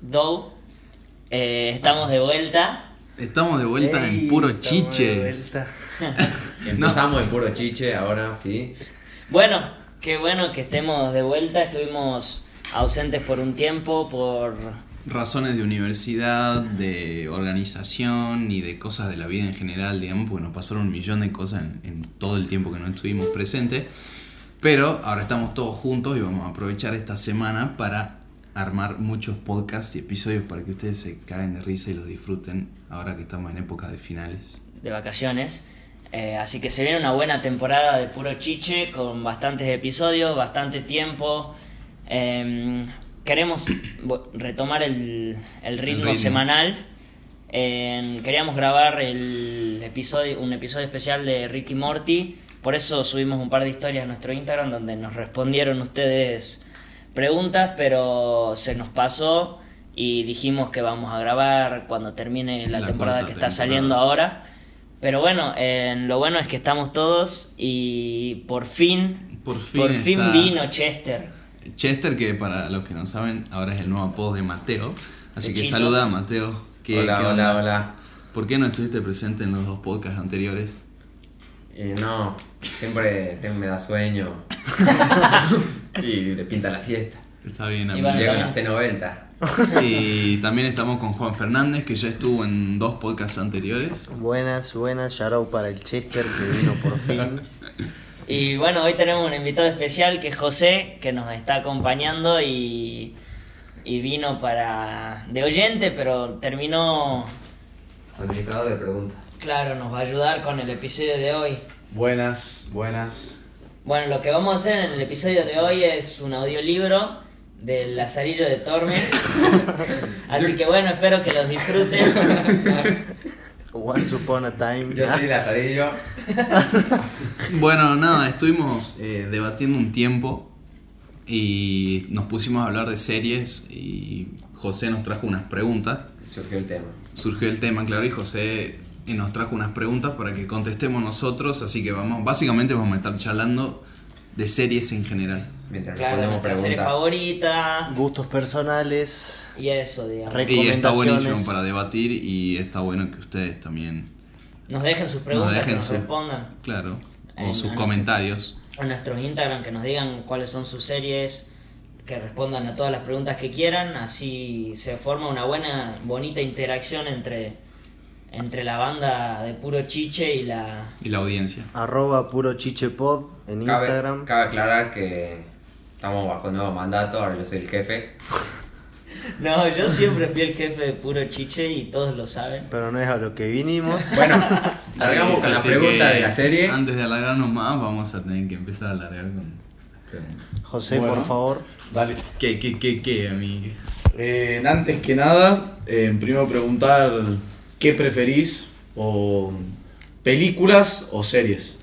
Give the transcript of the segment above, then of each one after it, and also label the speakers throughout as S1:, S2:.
S1: Dow. Eh, estamos de vuelta.
S2: Estamos de vuelta en puro chiche.
S3: Empezamos en puro chiche, ahora sí.
S1: Bueno, qué bueno que estemos de vuelta. Estuvimos ausentes por un tiempo, por...
S2: Razones de universidad, de organización y de cosas de la vida en general, digamos, porque nos pasaron un millón de cosas en, en todo el tiempo que no estuvimos presentes. Pero ahora estamos todos juntos y vamos a aprovechar esta semana para armar muchos podcasts y episodios para que ustedes se caguen de risa y los disfruten ahora que estamos en época de finales.
S1: de vacaciones. Eh, así que se viene una buena temporada de puro chiche con bastantes episodios, bastante tiempo. Eh, queremos bo- retomar el, el ritmo,
S2: ritmo.
S1: semanal. Eh, queríamos grabar el episodio, un episodio especial de Ricky Morty. Por eso subimos un par de historias a nuestro Instagram donde nos respondieron ustedes preguntas, pero se nos pasó y dijimos que vamos a grabar cuando termine la,
S2: La
S1: temporada
S2: cuarta
S1: que está
S2: temporada.
S1: saliendo ahora. Pero bueno, eh, lo bueno es que estamos todos y por fin,
S2: Por fin está-
S1: vino Chester.
S2: Chester, que para los que no saben, ahora es el nuevo apodo de Mateo. Así que
S1: Hechizo.
S2: saluda a Mateo. ¿Qué-
S3: hola,
S2: qué
S3: hola,
S2: onda?
S3: hola.
S2: ¿Por qué no estuviste presente en los dos podcasts anteriores?
S3: Eh, no, siempre te- me da sueño. y le pinta la siesta.
S2: Está bien,
S1: Y
S2: amigo.
S1: Bueno,
S3: Llegan a
S1: también.
S3: C90.
S2: Y también estamos con Juan Fernández, que ya estuvo en dos podcasts anteriores.
S4: Buenas, buenas, Yarao para el Chester que vino por fin.
S1: Y bueno, hoy tenemos un invitado especial que es José, que nos está acompañando y, y vino para de oyente, pero terminó,
S3: Administrador de preguntas.
S1: claro, nos va a ayudar con el episodio de hoy.
S5: Buenas, buenas.
S1: Bueno, lo que vamos a hacer en el episodio de hoy es un audiolibro del Lazarillo de Tormes. Así que bueno, espero que los disfruten.
S4: Once upon a time.
S3: Yo soy Lazarillo.
S2: Bueno, nada, estuvimos eh, debatiendo un tiempo y nos pusimos a hablar de series y José nos trajo unas preguntas.
S3: Surgió el tema.
S2: Surgió el tema, claro, y José eh, nos trajo unas preguntas para que contestemos nosotros, así que vamos, básicamente vamos a estar charlando de series en general.
S3: Mientras
S1: claro,
S3: respondemos
S1: nuestra serie
S3: preguntas.
S1: favorita
S4: Gustos personales.
S1: y eso, digamos.
S4: Re-
S2: Y está buenísimo
S4: Recomendaciones.
S2: para debatir y está bueno que ustedes también,
S1: Nos dejen sus preguntas,
S2: dejen
S1: que nos
S2: su-
S1: respondan.
S2: claro,
S1: Eh,
S2: o sus
S1: no, no.
S2: comentarios.
S1: A nuestros Instagram, que nos digan cuáles son sus series, que respondan a todas las preguntas que quieran. Así se forma una buena, bonita interacción entre, entre la banda de puro chiche y la,
S2: Y la audiencia.
S4: Arroba puro chichepod en
S3: Cabe,
S4: Instagram.
S3: cabe aclarar que estamos bajo nuevo mandato. Ahora yo soy el jefe.
S1: No, yo siempre fui el jefe de puro chiche y todos lo saben.
S4: Pero no es a lo que vinimos.
S3: Bueno, salgamos
S2: Así-
S3: con la
S2: así
S3: pregunta
S2: que
S3: de la serie.
S2: Antes de alargarnos más, vamos a tener que empezar a alargar con las preguntas.
S4: José,
S5: Bueno.
S4: por favor.
S5: Dale.
S2: ¿Qué, qué, qué, qué, amigo?
S5: Eh, antes que nada, eh, primero preguntar qué preferís o películas o series.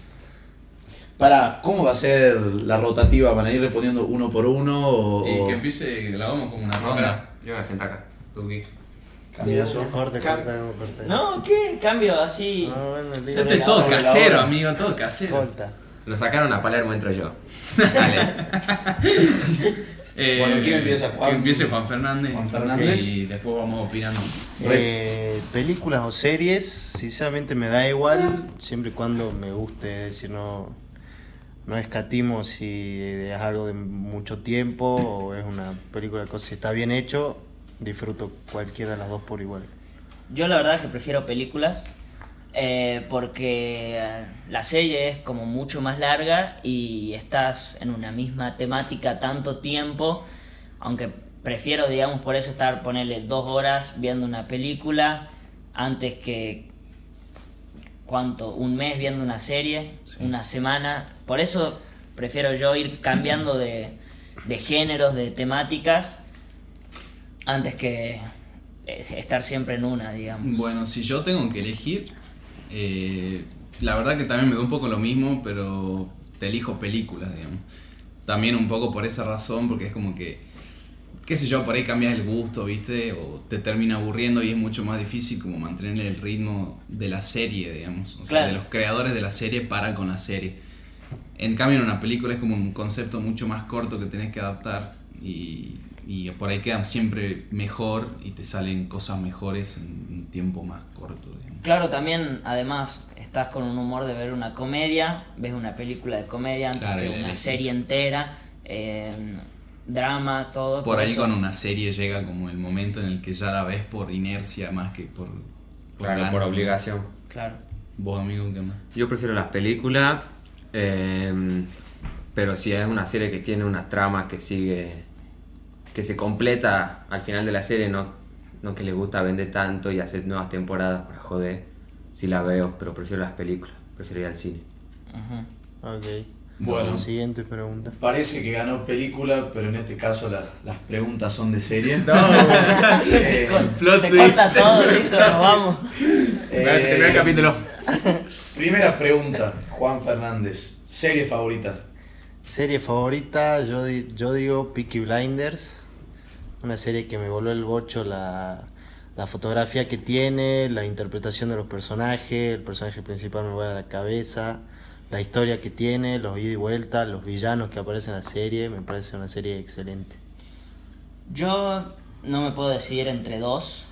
S5: Para, ¿cómo va a ser la rotativa? ¿Van a ir respondiendo uno por uno o
S2: Y que empiece, la vamos como una
S3: No,
S2: ronda.
S3: espera, yo me senté acá. Tuki.
S5: cambiazo?
S4: Corte, corte, no, corte.
S1: No, ¿qué? Cambio así.
S4: Ah, bueno, libre
S2: Este
S4: la-
S2: es todo
S5: sobre la
S2: casero,
S5: hora.
S2: amigo, todo casero.
S4: Corta.
S3: Lo sacaron a Palermo, entro yo. Dale.
S2: Eh,
S5: Bueno, ¿quién empieza? Juan-
S2: que empiece Juan Fernández.
S5: Juan Fernández.
S2: Y después vamos opinando.
S4: Eh, películas o series, sinceramente me da igual, siempre y cuando me guste, es decir, no, no escatimo si es algo de mucho tiempo o es una película que si está bien hecho, disfruto cualquiera de las dos por igual.
S1: Yo la verdad es que prefiero películas eh, porque eh, la serie es como mucho más larga y estás en una misma temática tanto tiempo, aunque prefiero, digamos, por eso estar, ponerle dos horas viendo una película antes que, ¿cuánto? Un mes viendo una serie, una semana. Por eso prefiero yo ir cambiando de, de géneros, de temáticas, antes que eh, estar siempre en una, digamos.
S2: Bueno, si yo tengo que elegir, eh, la verdad que también me da un poco lo mismo, pero te elijo películas, digamos. También un poco por esa razón, porque es como que, qué sé yo, por ahí cambias el gusto, ¿viste? O te termina aburriendo y es mucho más difícil como mantener el ritmo de la serie, digamos. O sea,
S1: Claro.
S2: de los creadores de la serie para con la serie. En cambio, en una película es como un concepto mucho más corto que tenés que adaptar y y por ahí quedan siempre mejor y te salen cosas mejores en un tiempo más corto. digamos.
S1: Claro, también, además, estás con un humor de ver una comedia, ves una película de comedia antes
S2: Claro,
S1: que
S2: el-
S1: una
S2: el-
S1: serie entera, eh, drama, todo.
S2: Por ahí
S1: eso-
S2: con una serie llega como el momento en el que ya la ves por inercia más que por, por
S3: Claro,
S2: ganas.
S3: por obligación.
S1: Claro.
S2: Vos, amigo, ¿qué más?
S3: Yo prefiero las películas, eh, pero si es una serie que tiene una trama que sigue, que se completa al final de la serie, no, no que le gusta vender tanto y hacer nuevas temporadas para joder, si la veo, pero prefiero las películas, prefiero ir al cine.
S1: Ujú.
S4: Ok.
S5: Bueno.
S4: Siguiente pregunta.
S5: Parece que ganó película, pero en este caso la- las preguntas son de serie. Eh, No,
S1: Se, con- se corta todo, listo, nos vamos.
S5: Eh,
S2: capítulo.
S5: Primera pregunta, Juan Fernández. Serie favorita.
S4: Serie favorita, yo, di- yo digo Peaky Blinders. Una serie que me voló el bocho la, la fotografía que tiene, la interpretación de los personajes, el personaje principal me vuela la cabeza, la historia que tiene, los ida y vuelta, los villanos que aparecen en la serie. Me parece una serie excelente.
S1: Yo no me puedo decidir entre dos.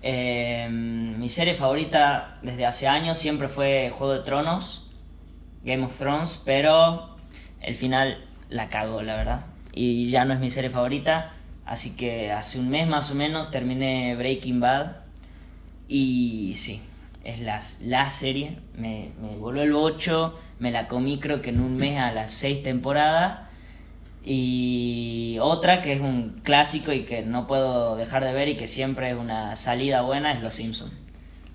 S1: Eh, mi serie favorita desde hace años siempre fue Juego de Tronos, Game of Thrones, pero el final la cago, la verdad. Y ya no es mi serie favorita, así que hace un mes más o menos terminé Breaking Bad y sí, es la, la serie, me, me voló el bocho, me la comí creo que en un mes a las seis temporadas. Y otra que es un clásico y que no puedo dejar de ver y que siempre es una salida buena es Los Simpsons.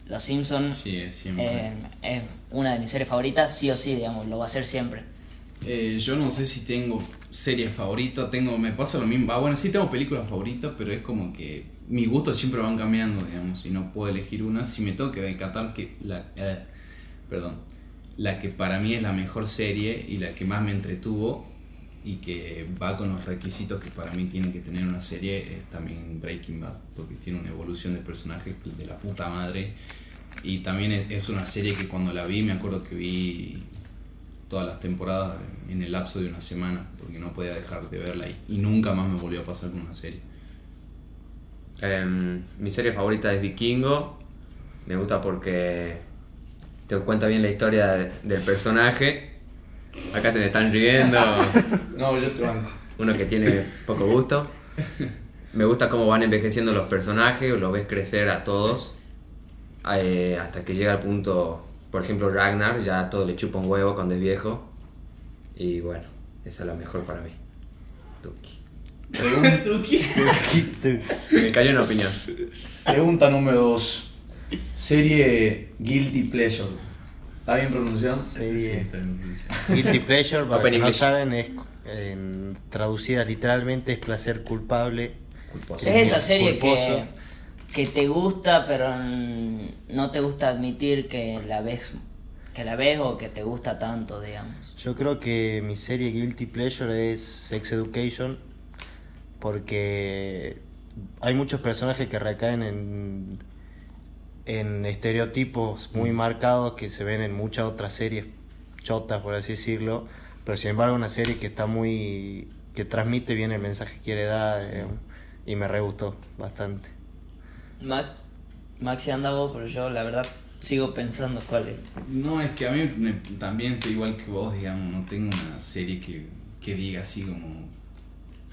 S1: Los Simpsons
S2: Sí, es siempre.
S1: Eh, es una de mis series favoritas, sí o sí, digamos, lo va a hacer siempre.
S2: Eh, yo no sé si tengo serie favorita, tengo, me pasa lo mismo. Ah, bueno, sí tengo películas favoritas, pero es como que mis gustos siempre van cambiando, digamos, y no puedo elegir una. Si me toque decatar que la, eh, perdón, la que para mí es la mejor serie y la que más me entretuvo y que va con los requisitos que para mí tiene que tener una serie es también Breaking Bad, porque tiene una evolución de personajes de la puta madre. Y también es- es una serie que cuando la vi, me acuerdo que vi todas las temporadas en el lapso de una semana, porque no podía dejar de verla y, y nunca más me volvió a pasar con una serie.
S3: Eh, mi serie favorita es Vikingo. Me gusta porque te cuenta bien la historia de- del personaje. Acá se me están riendo.
S5: No, yo te banco.
S3: Uno que tiene poco gusto. Me gusta cómo van envejeciendo los personajes, lo ves crecer a todos. eh, hasta que llega al punto, por ejemplo, Ragnar, ya a todo le chupa un huevo cuando es viejo. Y bueno, esa es la mejor para mí. Tuki.
S5: Pregun-
S3: Me cayó una opinión.
S5: pregunta número 2. Serie Guilty Pleasure. ¿Está bien pronunciado?
S4: Serie
S2: bien.
S4: Guilty Pleasure, para
S3: Open
S4: que no
S3: English.
S4: saben, es en- traducida literalmente es placer culpable.
S3: Culposo.
S1: Es esa serie
S4: Culposo.
S1: que, que te gusta, pero mm, no te gusta admitir que la ves, que la ves o que te gusta tanto, digamos.
S4: Yo creo que mi serie Guilty Pleasure es Sex Education porque hay muchos personajes que recaen en, en estereotipos muy marcados que se ven en muchas otras series chotas, por así decirlo, pero sin embargo una serie que está muy... que transmite bien el mensaje que quiere dar eh, y me re gustó bastante.
S1: Max, Maxi anda vos, pero yo la verdad sigo pensando cuál es.
S2: No, es que a mí me- también estoy igual que vos, digamos, no tengo una serie que, que diga así como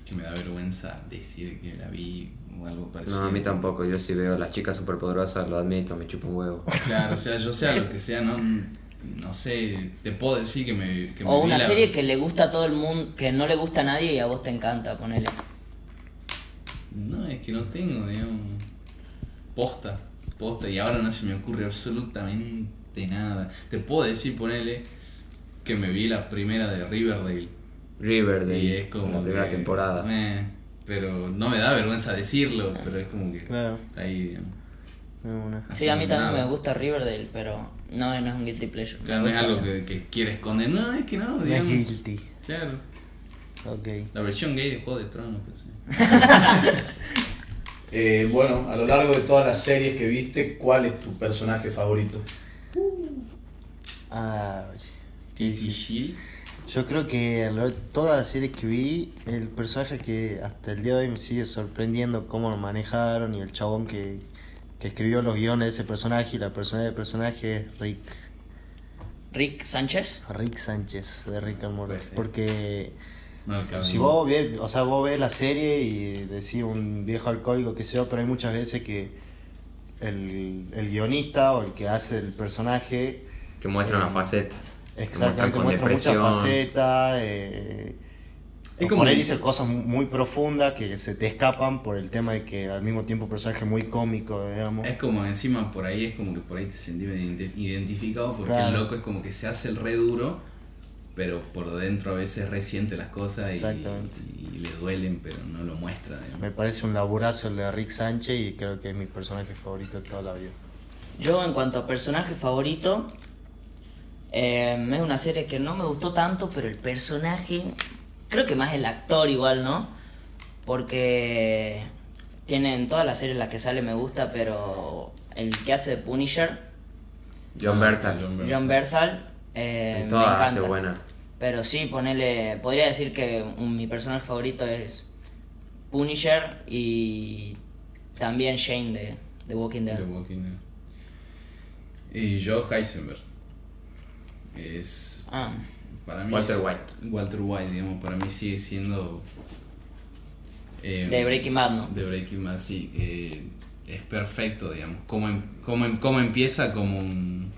S2: que me da vergüenza decir que la vi o algo parecido.
S3: No, a mí tampoco. Yo si veo a las chicas superpoderosas, lo admito, me chupa un huevo.
S2: Claro, o sea, yo sea lo que sea, no, no sé, te puedo decir que me... que me
S1: O
S2: vi
S1: una
S2: la-
S1: serie que le gusta a todo el mundo, que no le gusta a nadie y a vos te encanta, ponele.
S2: No, es que no tengo, digamos. Posta, posta. Y ahora no se me ocurre absolutamente nada. Te puedo decir, ponele, que me vi la primera de Riverdale.
S3: Riverdale,
S2: y es como.
S3: la primera
S2: que,
S3: temporada.
S2: eh, pero no me da vergüenza decirlo, pero es como que.
S4: Claro.
S2: Está ahí, digamos.
S4: De una.
S1: Sí, a mí también
S2: Nada.
S1: me gusta Riverdale, pero no, no es un guilty pleasure. Me
S2: Claro, no es
S1: gusta,
S2: algo
S1: digamos.
S2: que, que quiere esconder. No, es que no,
S4: No es
S2: digamos.
S4: guilty.
S2: Claro.
S4: Ok.
S2: La versión gay de Juego de Tronos, pues, pero sí.
S5: Eh, bueno, a lo largo de todas las series que viste, ¿cuál es tu personaje favorito?
S4: Ah, oye.
S2: Y- y Shield.
S4: Yo creo que a lo largo de todas las series que vi, el personaje que hasta el día de hoy me sigue sorprendiendo cómo lo manejaron y el chabón que, que escribió los guiones de ese personaje y la persona del personaje es Rick.
S1: Rick Sánchez.
S4: Rick Sánchez de Rick and Morty.
S3: Pues sí.
S4: Porque
S2: No, claro,
S4: si
S2: no.
S4: vos ves, o sea, vos ves la serie y decís un viejo alcohólico que sea, pero hay muchas veces que el, el guionista o el que hace el personaje
S3: Que muestran la faceta. que muestran
S4: Exactamente, muestra muchas facetas. eh,
S2: Es
S4: o
S2: como
S4: por ahí
S2: que-
S4: dice cosas mu- muy profundas que se te escapan por el tema de que al mismo tiempo personaje muy cómico, digamos.
S2: Es como encima por ahí, es como que por ahí te sentís medio ident- identificado porque el
S4: Claro.
S2: loco es como que se hace el re duro, pero por dentro a veces resiente las cosas y,
S4: Exactamente.
S2: y le duelen, pero no lo muestra. digamos.
S4: Me parece un laburazo el de Rick Sánchez y creo que es mi personaje favorito de toda la vida.
S1: Yo en cuanto a personaje favorito, eh, es una serie que no me gustó tanto, pero el personaje, creo que más el actor igual, ¿no? Porque tienen todas las series en las que sale me gusta, pero el que hace de Punisher,
S3: John Bertal.
S2: John Bertal.
S1: John Berthal, eh,
S3: En
S1: me
S3: todas hace
S1: encanta.
S3: buena.
S1: Pero sí, ponele, podría decir que un- mi personaje favorito es Punisher y también Shane de, de Walking Dead.
S2: The Walking Dead. Y Joe Heisenberg. Es.
S1: Ah,
S2: Para mí
S3: Walter
S2: es-
S3: White.
S2: Walter White, digamos, para mí sigue siendo. eh,
S1: de Breaking Bad, ¿no?
S2: de Breaking Bad, sí. eh, es perfecto, digamos. Como, em- como, em- como empieza como un,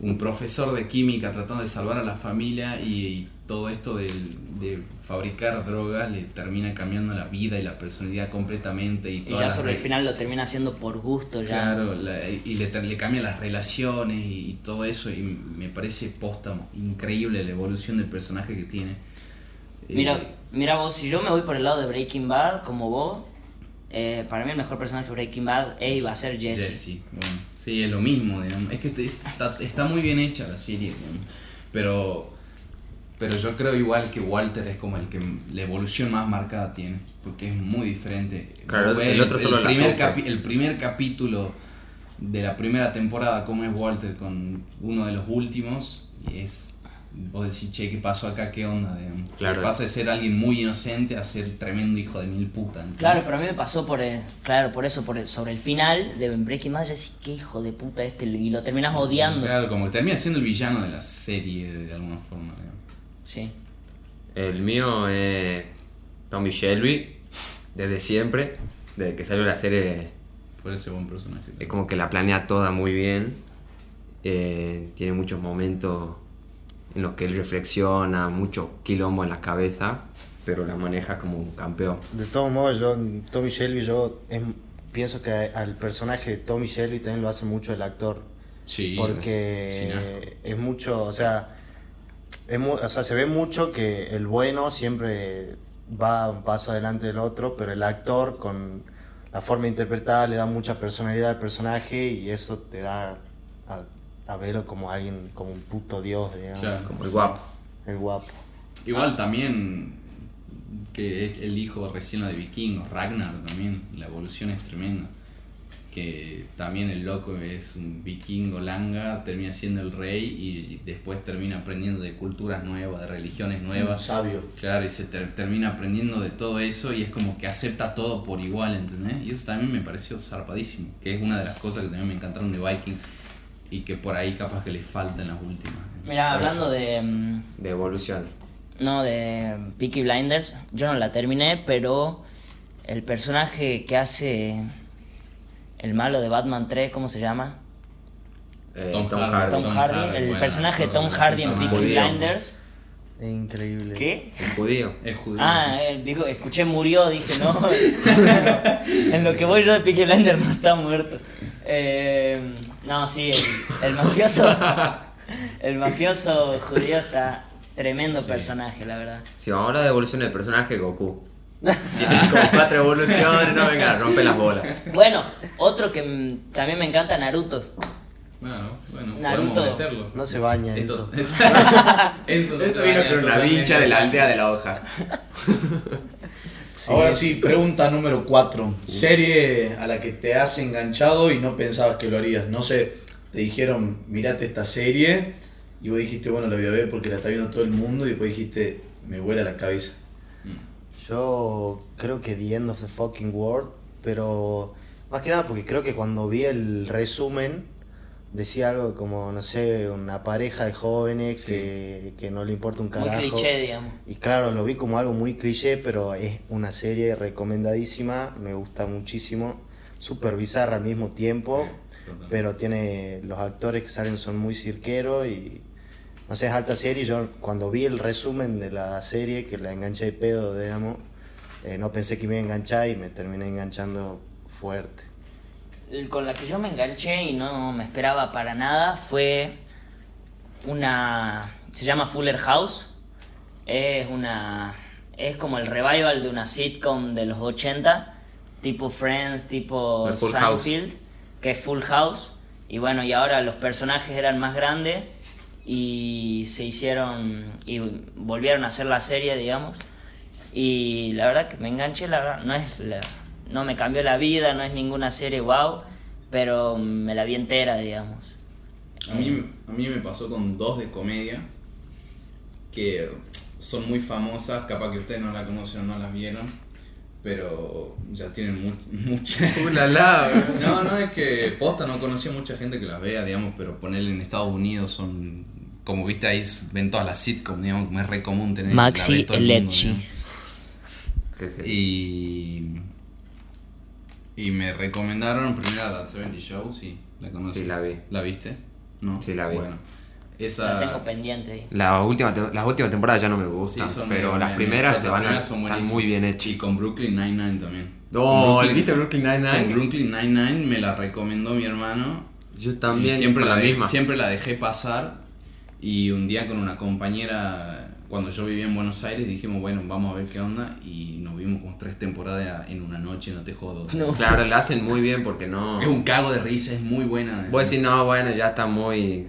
S2: un profesor de química tratando de salvar a la familia y, y todo esto del- de fabricar drogas le termina cambiando la vida y la personalidad completamente. Y,
S1: Y
S2: todas
S1: ya
S2: las
S1: sobre el
S2: re-
S1: final lo termina haciendo por gusto ya.
S2: Claro, la- y le, ter- le cambia las relaciones y, y todo eso. Y me parece posta increíble la evolución del personaje que tiene. Eh,
S1: Mira, mira vos, si yo me voy por el lado de Breaking Bad, como vos, eh, para mí el mejor personaje de Breaking Bad eh, va a ser Jesse.
S2: Jesse, bueno, sí, es lo mismo, digamos. Es que te- está, está muy bien hecha la serie, digamos. Pero, pero yo creo igual que Walter es como el que la evolución más marcada tiene, porque es muy diferente.
S3: Claro,
S2: Vos
S3: el
S2: ves
S3: otro solo la
S2: primer
S3: sufre.
S2: capi- el primer capítulo de la primera temporada, como es Walter con uno de los últimos, y es. Vos decís, che, ¿qué pasó acá? ¿Qué onda? digamos?
S3: Claro.
S2: Pasa de ser alguien muy inocente a ser tremendo hijo de mil putas.
S1: Claro, pero a mí me pasó por eh, claro, por eso, por el- sobre el final de Breaking Bad, Jesse, qué hijo de puta este, y lo terminas odiando.
S2: Claro, como que termina siendo el villano de la serie de alguna forma. digamos.
S1: Sí.
S3: El mío es Tommy Shelby, desde siempre, desde que salió la serie
S2: Por ese buen personaje.
S3: es como que la planea toda muy bien. Eh, tiene muchos momentos en los que él reflexiona, mucho quilombo en la cabeza, pero la maneja como un campeón.
S4: De todos modos, yo, Tommy Shelby, yo em, pienso que al personaje de Tommy Shelby también lo hace mucho el actor.
S2: Sí,
S4: porque es mucho, o sea, es mu- o sea, se ve mucho que el bueno siempre va un paso adelante del otro, pero el actor con la forma interpretada le da mucha personalidad al personaje y eso te da a, a verlo como alguien, como un puto dios, digamos,
S2: Claro.
S3: Como el guapo.
S4: el guapo.
S2: Igual también que es el hijo recién lo de vikingos, Ragnar también, la evolución es tremenda. Que también el loco es un vikingo langa, termina siendo el rey y después termina aprendiendo de culturas nuevas, de religiones
S5: Un
S2: nuevas.
S5: sabio.
S2: Claro, y se ter- termina aprendiendo de todo eso y es como que acepta todo por igual, ¿entendés? Y eso también me pareció zarpadísimo, que es una de las cosas que también me encantaron de Vikings y que por ahí capaz que le faltan las últimas.
S1: Mira, hablando de mm,
S3: De evolución.
S1: No, de Peaky Blinders. Yo no la terminé, pero el personaje que hace el malo de Batman 3, ¿cómo se llama?
S3: Eh, Tom, Hardy.
S1: Tom,
S2: Tom
S1: Hardy.
S2: Hardy,
S1: el
S2: bueno,
S1: personaje de
S2: todo
S1: Tom
S2: de
S1: Hardy en
S2: puta
S1: Peaky
S3: madre. Judío.
S1: Blinders.
S4: Es increíble.
S1: ¿Qué?
S3: Un judío.
S2: Es judío.
S1: Ah, eh, digo, escuché murió, dije, no. en lo que voy yo de Peaky Blinders no está muerto. Eh, no, sí, el, el mafioso. el mafioso judío está tremendo personaje, la verdad.
S3: Si vamos a hablar de evolución del personaje, Goku. Tiene como cuatro evoluciones, no venga, rompe las bolas.
S1: Bueno, otro que mm, también me encanta, Naruto.
S2: Bueno, bueno,
S1: Naruto.
S2: podemos meterlo.
S4: No se baña
S2: Esto-
S4: eso.
S2: eso, no
S3: Eso
S2: se
S3: vino
S2: baña
S3: con una
S2: totalmente.
S3: vincha de la aldea de la hoja.
S5: Ahora sí, pregunta número 4. Serie a la que te has enganchado y no pensabas que lo harías. No sé, te dijeron, mirate esta serie y vos dijiste, bueno, la voy a ver porque la está viendo todo el mundo y después dijiste, me vuela la cabeza.
S4: Yo creo que The End of the Fucking World, pero más que nada porque creo que cuando vi el resumen decía algo como, no sé, una pareja de jóvenes que, que no le importa un
S1: Muy
S4: carajo.
S1: cliché, digamos.
S4: Y claro, lo vi como algo muy cliché, pero es una serie recomendadísima, me gusta muchísimo, súper bizarra al mismo tiempo,
S3: totalmente.
S4: pero tiene los actores que salen son muy cirqueros y no sé, es alta serie, yo cuando vi el resumen de la serie, que la enganché de pedo, digamos, eh, no pensé que me iba a enganchar y me terminé enganchando fuerte.
S1: El- con la que yo me enganché y no me esperaba para nada fue una se llama Fuller House es una es como el revival de una sitcom de los 80 tipo Friends tipo
S3: De Full House.
S1: Seinfeld que es Full House y bueno y ahora los personajes eran más grandes y se hicieron y volvieron a hacer la serie digamos y la verdad que me enganché, la verdad, no es la- no me cambió la vida, no es ninguna serie wow, pero me la vi entera, digamos.
S2: A mí, a mí me pasó con dos de comedia que son muy famosas, capaz que ustedes no la conocen o no las vieron, pero ya tienen mu- mucha... No, no, es que posta, no conocía mucha gente que las vea, digamos, pero ponerle en Estados Unidos son, como viste ahí, ven todas las sitcoms, digamos, como es re común tener... la
S1: Maxi
S2: ve todo el mundo,
S1: Eletchi.
S2: digamos.
S3: Que se-
S2: Y... Y me recomendaron primero a That 70 Show, sí, la conocí.
S3: Sí, la vi.
S2: ¿La viste? No.
S3: Sí, la vi.
S2: Bueno,
S1: La
S2: esa...
S1: tengo pendiente. digamos.
S3: La última tem- las últimas temporadas ya no me
S2: Sí,
S3: gustan,
S2: son
S3: pero
S2: medio-
S3: las
S2: medio-
S3: primeras
S2: las
S3: se van a,
S2: primeras son
S3: están
S2: buenísimas.
S3: muy bien
S2: Y
S3: hechas.
S2: con Brooklyn Nine-Nine también. Con
S3: No,
S2: Brooklyn-
S3: ¿viste Brooklyn
S2: Con
S3: Nine-Nine?
S2: Brooklyn Nine-Nine me la recomendó mi hermano.
S3: Yo
S2: y
S3: también,
S2: siempre
S3: por
S2: la,
S3: la
S2: dejé-
S3: misma.
S2: siempre la dejé pasar. Y un día con una compañera, cuando yo vivía en Buenos Aires, dijimos, bueno, vamos a ver qué onda. Y nos vimos con tres temporadas en una noche, no te jodo.
S3: Claro, la hacen muy bien porque no...
S2: Es un cago de risa, es muy buena.
S3: Voy a decir, no, bueno, ya está muy...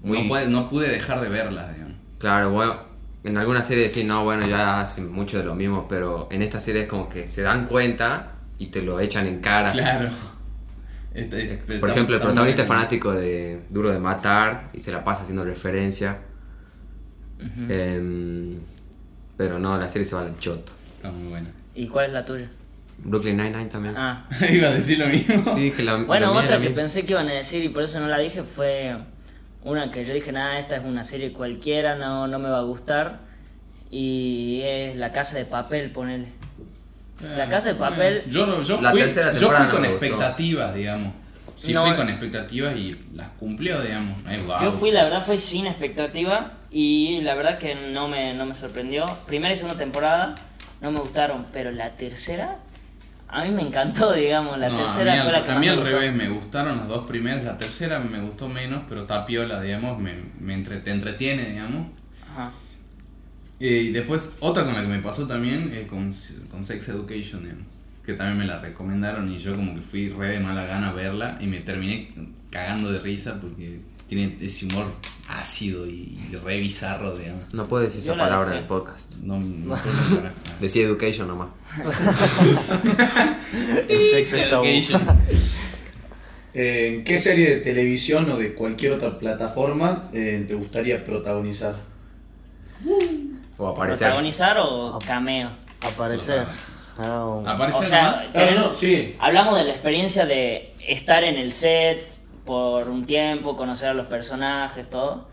S3: muy
S2: no, puede- no pude dejar de verla, digamos.
S3: Claro, bueno, en alguna serie decís, no, bueno, ya hacen mucho de lo mismo, pero en esta serie es como que se dan cuenta y te lo echan en cara.
S2: Claro. Este,
S3: Eh, Por ejemplo, el protagonista es fanático de Duro de Matar y se la pasa haciendo referencia. Em, pero no, la serie se va al choto.
S2: Está muy buena.
S1: ¿Y cuál es la tuya?
S3: Brooklyn Nine-Nine también.
S1: Ah.
S2: Iba a decir lo mismo.
S3: Sí, que la- la
S1: Bueno,
S3: mía
S1: otra
S3: era
S1: que
S3: mi-
S1: pensé que iban a decir y por eso no la dije fue una que yo dije, nada, esta es una serie cualquiera, no, no me va a gustar. Y es La Casa de Papel, ponele.
S2: Eh,
S1: La Casa de Papel
S2: Yo, no- yo
S3: La
S2: fui,
S3: tercera
S2: yo
S3: temporada
S2: fui con
S3: no me gustó.
S2: expectativas, digamos. Sí
S1: No,
S2: fui
S1: eh.
S2: con expectativas y las cumplió, digamos. Ay, guau.
S1: Yo fui, la verdad, fue sin expectativa y la verdad que no me, no me sorprendió. Primera y segunda temporada no me gustaron, pero la tercera, a mí me encantó, digamos. La
S2: No, a
S1: tercera
S2: mí al-
S1: fue la que
S2: a
S1: más
S2: mí
S1: me
S2: al
S1: gustó.
S2: revés, me gustaron las dos primeras, la tercera me gustó menos, pero tapiola, digamos, me, me entre- te entretiene, digamos.
S1: Ajá.
S2: Eh, Y después, otra con la que me pasó también, eh, con, s- con Sex Education, digamos, que también me la recomendaron y yo como que fui re de mala gana a verla y me terminé cagando de risa porque tiene ese humor ácido y re bizarro, digamos.
S3: No puedo decir
S1: Yo
S3: esa
S1: la
S3: palabra
S1: dejé.
S3: en el podcast.
S2: No, no sé si era-
S3: Decía Education nomás.
S4: El sexo está
S5: Eh, ¿Qué serie de televisión o de cualquier otra plataforma eh, te gustaría protagonizar?
S3: O aparecer.
S1: ¿Protagonizar o cameo?
S4: Aparecer. Ah, un-
S2: Aparece
S1: O sea,
S2: nomás.
S5: Claro, no, sí.
S1: Hablamos de la experiencia de estar en el set por un tiempo, conocer a los personajes, todo.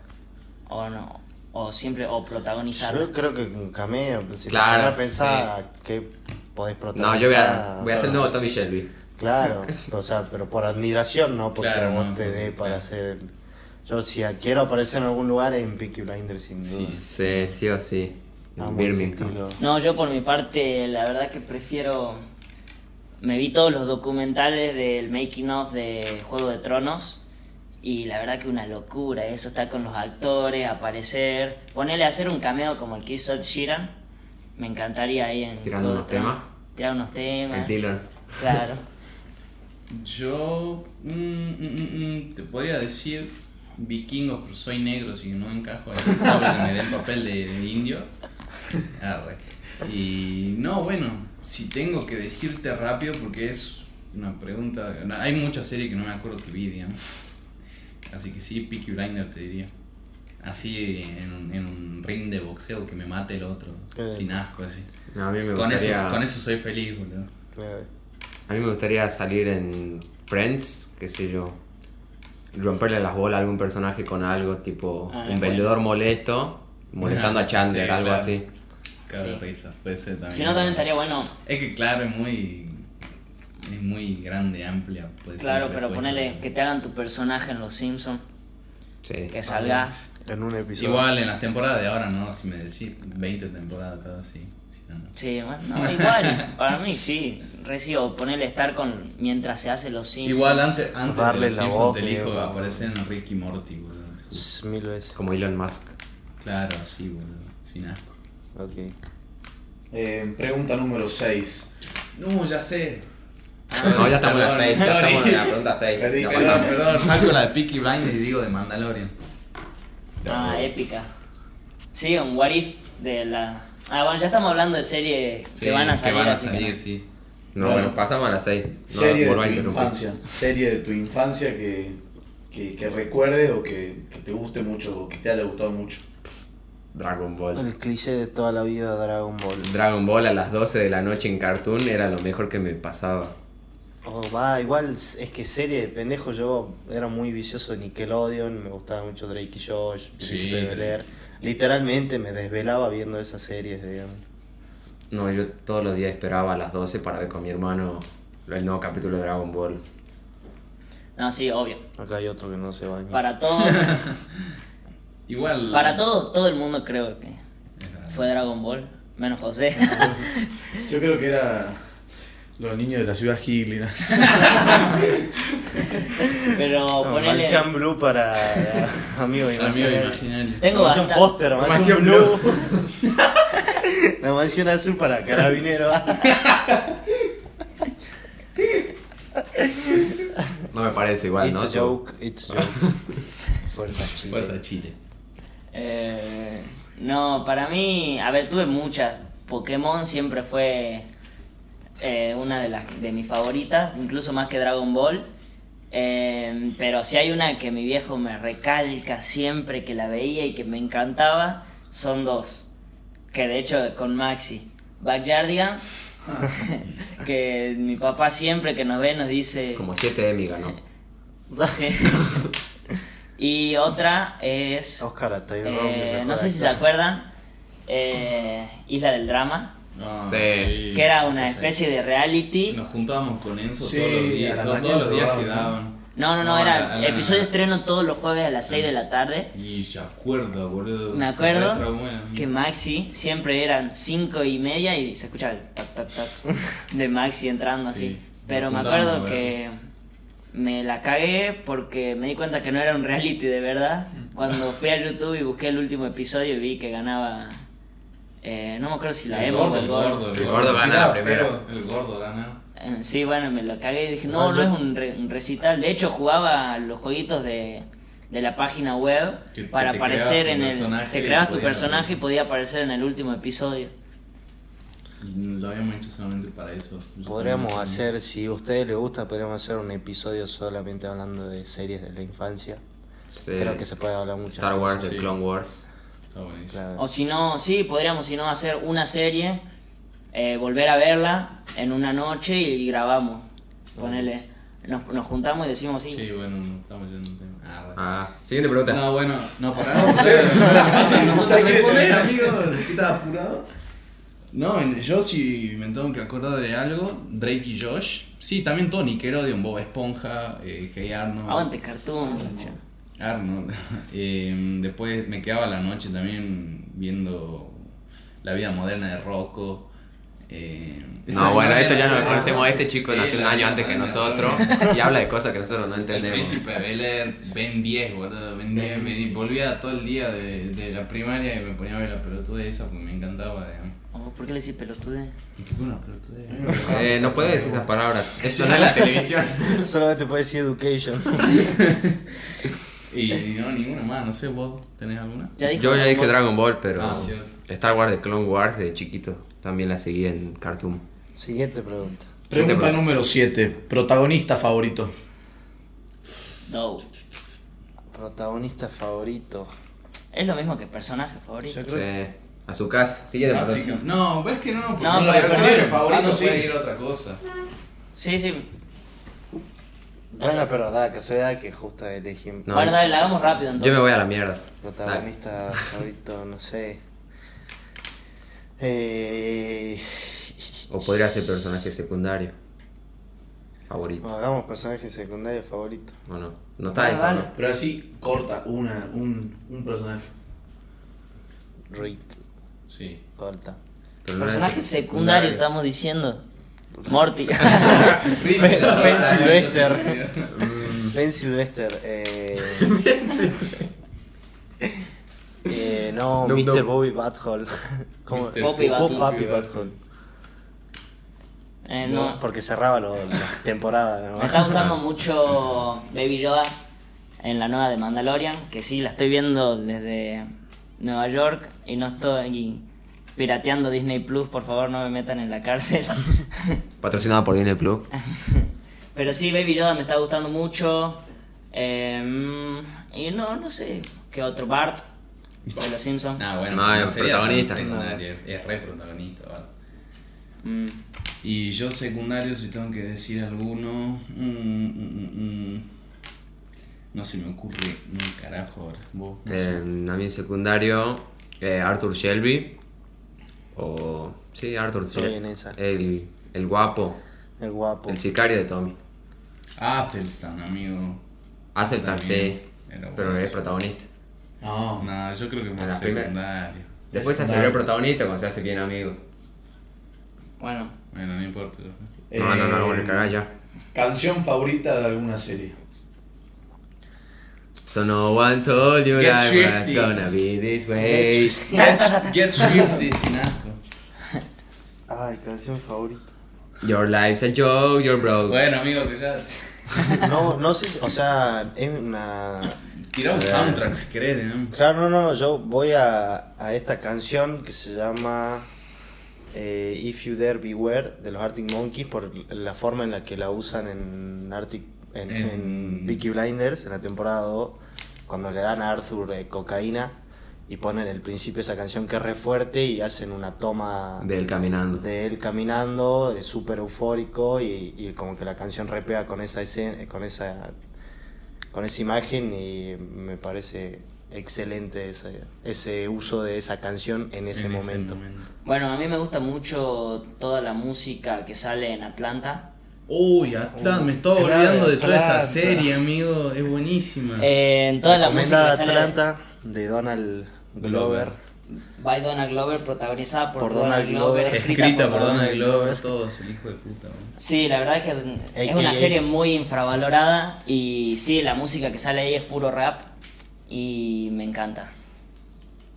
S1: O no. O siempre, o protagonizar.
S4: Yo creo que un cameo, pues, si
S3: Claro,
S4: te pones a pensar que podés protagonizar.
S3: No, yo voy a, voy a
S4: o sea,
S3: ser el nuevo Tommy Shelby.
S4: Claro, o sea, pero por admiración, no porque
S2: Claro,
S4: a vos
S2: no,
S4: te
S2: porque-
S4: dé para
S2: claro.
S4: hacer. Yo si a- quiero aparecer en algún lugar es en Peaky Blinders sin
S1: Ah.
S4: duda.
S3: Sí, sí o sí.
S4: Amo ese
S3: Birmingham.
S4: estilo.
S1: No, yo por mi parte, la verdad que prefiero. Me vi todos los documentales del making of de Juego de Tronos. Y la verdad que una locura eso, estar con los actores, aparecer, ponerle a hacer un cameo como el que hizo Ed Sheeran. Me encantaría ahí en. Juego
S3: Tirando
S1: de
S3: unos
S1: Tronos.
S3: temas.
S1: Tirar unos temas.
S3: El Dylan.
S1: Claro.
S2: Yo mm, mm, mm, mm, te podría decir vikingos, pero soy negro, así que no encajo en que me den papel de, de indio. Arre. Y no, bueno, si tengo que decirte rápido, porque es una pregunta. no, hay muchas series que no me acuerdo que vi, digamos. Así que sí, Peaky Blinder te diría. así en un, en un ring de boxeo que me mate el otro,
S4: Eh.
S2: sin asco, así.
S3: No, a mí me
S2: Con
S3: gustaría...
S2: eso, con eso soy feliz, boludo.
S4: Claro.
S3: A mí me gustaría salir en Friends, qué sé yo, romperle las bolas a algún personaje con algo, tipo
S1: Ah,
S3: un
S1: bueno.
S3: vendedor molesto, molestando a Chandler,
S2: Sí,
S3: algo
S2: claro.
S3: así.
S2: Cabe
S1: Sí.
S2: risa, puede ser también.
S1: Si no, también estaría bueno,
S2: Es que claro, es muy. Es muy grande, amplia. pues, Puede ser
S1: claro,
S2: la
S1: pero
S2: respuesta.
S1: ponele que te hagan tu personaje en Los Simpsons,
S3: Sí.
S1: que salgas.
S4: En un episodio.
S2: Igual en las temporadas de ahora, ¿no? Si me decís 20 temporadas, todo así. Si no, no.
S1: Sí, bueno, no, igual, para mí sí. Recibo, ponele estar con mientras se hace Los Simpsons.
S2: Igual antes, antes de
S4: Darle
S2: los
S4: la
S2: Simpsons
S4: voz, eh.
S2: te elijo
S4: digamos.
S2: aparecer en Ricky Morty, boludo.
S4: S- Mil veces.
S3: Como Elon Musk.
S2: Claro, sí, boludo. Sin asco.
S4: Ok.
S5: Eh, pregunta número 6.
S2: No, ya sé.
S3: No, ya estamos en la
S2: Ah, Perdón,
S3: 6, ya estamos en la
S2: sorry.
S3: pregunta 6.
S5: Perdí,
S3: No pasa
S2: Perdón,
S5: nada.
S2: perdón, saco la de Peaky Blinders y digo de Mandalorian. ¿eh?
S1: Ah, épica. Sí, un What If de la... Ah, bueno, ya estamos hablando de series
S2: Sí,
S1: que van a salir.
S2: Que van a
S1: así que
S2: salir,
S1: no.
S2: sí.
S3: No, bueno, pasamos a la 6. No
S5: serie
S3: vuelvas a
S5: de tu
S3: interrumpir.
S5: infancia. Serie de tu infancia que, que, que recuerdes o que, que te guste mucho o que te haya gustado mucho.
S3: Dragon Ball.
S4: El cliché de toda la vida Dragon Ball.
S3: Dragon Ball a las 12 de la noche en Cartoon era lo mejor que me pasaba.
S4: Oh, va, igual es que serie de pendejo yo era muy vicioso de Nickelodeon, me gustaba mucho Drake y Josh, Príncipe de Bel-Air. Literalmente me desvelaba viendo esas series, digamos.
S3: No, yo todos los días esperaba a las 12 para ver con mi hermano el nuevo capítulo de Dragon Ball.
S1: No, sí, obvio.
S4: Acá hay otro que no se baña.
S1: Para todos,
S2: Igual.
S1: para todos, todo el mundo creo que fue Dragon Ball, menos José.
S5: Yo creo que era los niños de la ciudad Giglina.
S1: Pero
S4: No,
S1: ponele...
S4: Mansión Blue para ah, amigos
S2: Amigo
S4: imaginario.
S2: imaginario.
S1: Tengo
S4: Mansión
S1: bastante...
S4: Foster, Mansión
S3: Mansión
S4: Blue. La mansión azul para carabinero.
S3: No me parece igual,
S4: it's
S3: ¿no?
S4: a joke, it's a joke. Fuerza chile.
S2: Fuerza Chile.
S1: Eh, no, para mí, a ver, tuve muchas. Pokémon siempre fue eh, una de las de mis favoritas, incluso más que Dragon Ball. Eh, pero si hay una que mi viejo me recalca siempre que la veía y que me encantaba, son dos. Que de hecho con Maxi. Backyardigans, que mi papá siempre que nos ve nos dice...
S3: Como 7 Emmy ganó.
S1: Sí. y otra es...
S4: Oscar Ataíde
S1: Eh,
S4: Robles, mejor
S1: no sé si se
S4: actor.
S1: acuerdan, eh, Isla del Drama,
S2: Ah,
S3: Sí.
S1: que era una especie de reality.
S2: Nos juntábamos con Enzo
S5: Sí,
S2: todos los
S5: a la
S2: días. to-
S5: mañana
S2: todos los días
S5: jugaban,
S2: que
S5: ¿no?
S2: daban.
S1: No, no, no,
S2: a
S1: era
S2: la- a la-
S1: episodio estreno todos los jueves a las 6 de la tarde.
S2: Y se acuerda, boludo.
S1: Me
S2: se
S1: acuerdo
S2: retraumó en mí.
S1: que Maxi siempre eran 5 y media y se escuchaba el tac, tac, tac de Maxi entrando así.
S2: Sí,
S1: Pero me
S2: nos
S1: acuerdo
S2: juntábamos,
S1: que me la cagué porque me di cuenta que no era un reality de verdad. Cuando fui a YouTube y busqué el último episodio y vi que ganaba. eh, no me acuerdo si la
S2: El
S1: Emo o
S2: gordo, el gordo,
S3: El gordo gana la primera.
S2: pero El gordo gana.
S1: Eh, Sí, bueno, me lo cagué y dije,
S4: Ah,
S1: no, no
S4: yo-
S1: es un, re- un recital. De hecho, jugaba los jueguitos de, de la página web
S2: Que- que
S1: para
S2: te
S1: aparecer
S2: creabas tu
S1: en el...
S2: personaje
S1: Te
S2: y
S1: creabas tu
S2: podías-
S1: personaje y podía aparecer en el último episodio.
S2: Y Lo habíamos hecho solamente para eso.
S4: Podríamos hacer, si a ustedes les gusta, podríamos hacer un episodio solamente hablando de series de la infancia.
S3: Sí.
S4: Creo que se puede hablar mucho.
S3: Star Wars,
S2: Sí.
S3: The Clone Wars.
S2: Está buenísimo.
S4: Claro.
S1: O si no, sí, podríamos, si no, hacer una serie, eh, volver a verla en una noche y, grabamos. Ponele, nos, nos juntamos y decimos, sí,
S2: Sí, bueno, no estamos yendo a un tema. Ah, bueno.
S3: Ah, siguiente pregunta.
S2: No, bueno, no, para nada. Nosotros responder, amigo. ¿Qué estás apurado? No, en- yo si me tengo que acordar de algo, Drake y Josh. Sí, también Tony, que de un Bob Esponja, eh, Hey Arnold.
S1: aguante cartoon. muchacho".
S2: Arnold. Ah, Em, después me quedaba la noche también viendo la vida moderna de Rocco. Em, esa
S3: No, bueno,
S2: vida
S3: esto ya
S2: era-
S3: no lo conocemos. Este chico
S2: Sí,
S3: nació un
S2: la
S3: año
S2: vida
S3: antes que
S2: moderna de
S3: nosotros
S2: Rocco.
S3: y habla de cosas que nosotros no
S2: El
S3: entendemos.
S2: príncipe de Bel Air, Ben 10, boludo. Ben 10, me- volvía todo el día de, de la primaria y me ponía a ver la pelotuda esa porque me encantaba. digamos.
S1: Oh, ¿Por qué le decís pelotude?
S2: ¿Y qué fue una pelotude?
S3: Eh, no puedes decir esas palabras. Eso no es la televisión.
S4: Solamente puede decir Education.
S2: Y no, ninguna más, no sé, vos tenés alguna.
S1: dijo
S3: Yo ya
S1: Dragon
S3: dije
S1: Ball.
S3: Dragon Ball, pero
S2: Ah, cierto.
S3: Star Wars, The Clone Wars de chiquito. También la seguí en Cartoon.
S4: Siguiente pregunta.
S5: Pregunta número 7. Protagonista favorito.
S1: No.
S4: Protagonista favorito.
S1: Es lo mismo que personaje favorito.
S4: Yo creo-
S3: Sí, a su casa. Sí, ya le pasó.
S2: Así Ah, que, no, ves que no, porque
S1: No,
S2: el
S1: pero-
S2: personaje
S5: pero-
S2: favorito
S5: ah, no, sí.
S2: puede ir a otra cosa.
S1: Sí, sí.
S4: Bueno, pero da casualidad que justo elegí un
S3: No.
S1: Bueno, dale, la hagamos rápido
S3: Yo
S1: entonces.
S3: me voy a la mierda.
S4: protagonista favorito, no sé. Eh,
S3: O podría ser personaje secundario. Favorito.
S4: Eh, bueno, hagamos personaje secundario favorito.
S3: ¿O no? No está eso, ¿no?
S5: Pero así corta una, un, un personaje.
S4: Rick,
S2: Sí.
S4: corta.
S3: Pero no era
S1: Personaje
S3: ese.
S1: secundario, estamos diciendo. Morty.
S4: Ben Sylvester.
S3: Mm.
S4: Ben Sylvester. Eh, eh, no,
S3: Dum
S4: Mr.
S3: Dum.
S4: Bobby Butthole. ¿Cómo?
S2: Mr.
S1: Poppy Butthole.
S4: Papi Butthole.
S1: Eh, no.
S4: Porque cerraba lo- la temporada. ¿no?
S1: Me está gustando mucho Baby Yoda en la nueva de Mandalorian, que sí, la estoy viendo desde Nueva York y no estoy pirateando Disney Plus, por favor no me metan en la cárcel.
S3: Patrocinado por Disney Plus.
S1: Pero sí, Baby Yoda me está gustando mucho. Eh, y no, no sé, ¿qué otro? Bart de Los Simpsons.
S2: Nah, Ah, bueno,
S3: No,
S2: no,
S3: es
S2: sería
S3: protagonista.
S2: tan secundario, es re protagonista. ¿vale?
S1: Mm.
S2: Y yo secundario, si tengo que decir alguno, mm, mm, mm, mm. no se me ocurre un carajo ahora. Vos, no sé.
S3: Eh, a mí en secundario, eh, Arthur Shelby. O. Sí, Arthur
S4: Estoy en
S3: Shelby.
S4: esa.
S3: El, el guapo.
S4: El guapo.
S3: El sicario de Tommy.
S2: Athelstan, amigo.
S3: Hace
S2: También
S3: sí.
S2: era
S3: Pero
S2: bueno.
S3: es protagonista.
S5: No.
S2: No, yo creo que
S3: En
S2: más
S3: la primera.
S2: secundario.
S3: Después se hace el protagonista cuando se hace bien amigo.
S1: Bueno,
S2: Bueno, no importa.
S3: No, no, no, bueno,
S5: Eh,
S3: cagá ya.
S5: Canción favorita de alguna serie.
S3: So no one told you
S2: Get
S3: that
S2: Swifty.
S3: was gonna be this way.
S2: Get Swifty sin asco.
S4: Ay, canción favorita.
S3: Your life's a joke, you're broke.
S2: Bueno, amigo, que ya.
S4: No, no sé, si- o sea, es una...
S2: Tira un soundtrack si querés, ¿no?
S4: Claro, no, no, yo voy a, a esta canción que se llama eh, If You Dare Beware de los Arctic Monkeys por la forma en la que la usan en Arctic en,
S2: En-
S4: en Peaky Blinders en la temporada 2 cuando le dan a Arthur eh, cocaína y ponen el principio esa canción que es re fuerte y hacen una toma
S3: Del caminando.
S4: de él caminando, eh, súper eufórico y, y como que la canción repea con esa escena, con esa, con esa imagen y me parece excelente ese, ese uso de esa canción en ese
S2: En
S4: momento.
S1: bueno, a mí me gusta mucho toda la música que sale en Atlanta.
S2: Uy, Atlanta, me estaba
S4: Claro,
S2: olvidando de toda esa
S4: Atlanta.
S2: serie, amigo. Es buenísima.
S1: Eh, en toda la música
S4: Recomendada
S1: que sale
S4: Atlanta de Donald Glover.
S1: by Donald Glover, protagonizada por,
S4: Por
S1: Donald
S4: Donald
S1: Glover,
S4: Glover.
S2: Escrita por Donald
S4: Donald
S2: Glover,
S4: Glover.
S2: todos, el hijo de puta. ¿no?
S1: Sí, la verdad es que es
S4: AKA.
S1: una serie muy infravalorada y sí, la música que sale ahí es puro rap y me encanta.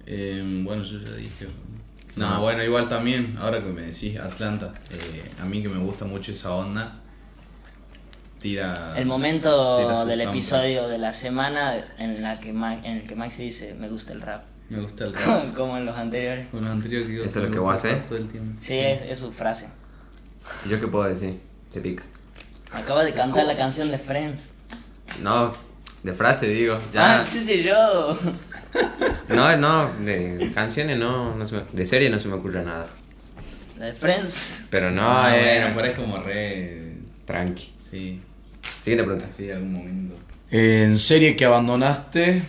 S2: Eh, bueno, yo ya dije. No, bueno, igual también, ahora que me decís Atlanta, eh, a mí que me gusta mucho esa onda, tira...
S1: El
S2: tira
S1: momento
S2: Ah, su
S1: del
S2: soundtrack.
S1: episodio de la semana en, la que Ma- en el que Maxi dice me gusta el rap,
S2: Me gusta el rap.
S1: como en los anteriores.
S2: Con los anteriores que digo,
S3: Eso es lo
S2: me
S3: que
S2: gusta
S3: voy a
S2: el rap
S3: hacer.
S2: Todo el tiempo.
S1: Sí, Es, es su frase.
S3: ¿Y ¿Yo qué puedo decir? Se pica.
S1: Acaba de cantar la canción de Friends.
S3: No, de frase digo.
S1: Ah,
S3: Ya.
S1: qué sé yo.
S3: No, no, de canciones no, no se me- de serie no se me ocurre nada.
S1: La de Friends.
S3: Pero no,
S2: Ah,
S3: eh,
S2: bueno, pues. pero es como re...
S3: tranqui.
S2: Sí,
S3: Siguiente pregunta.
S2: así algún momento.
S5: En serie que abandonaste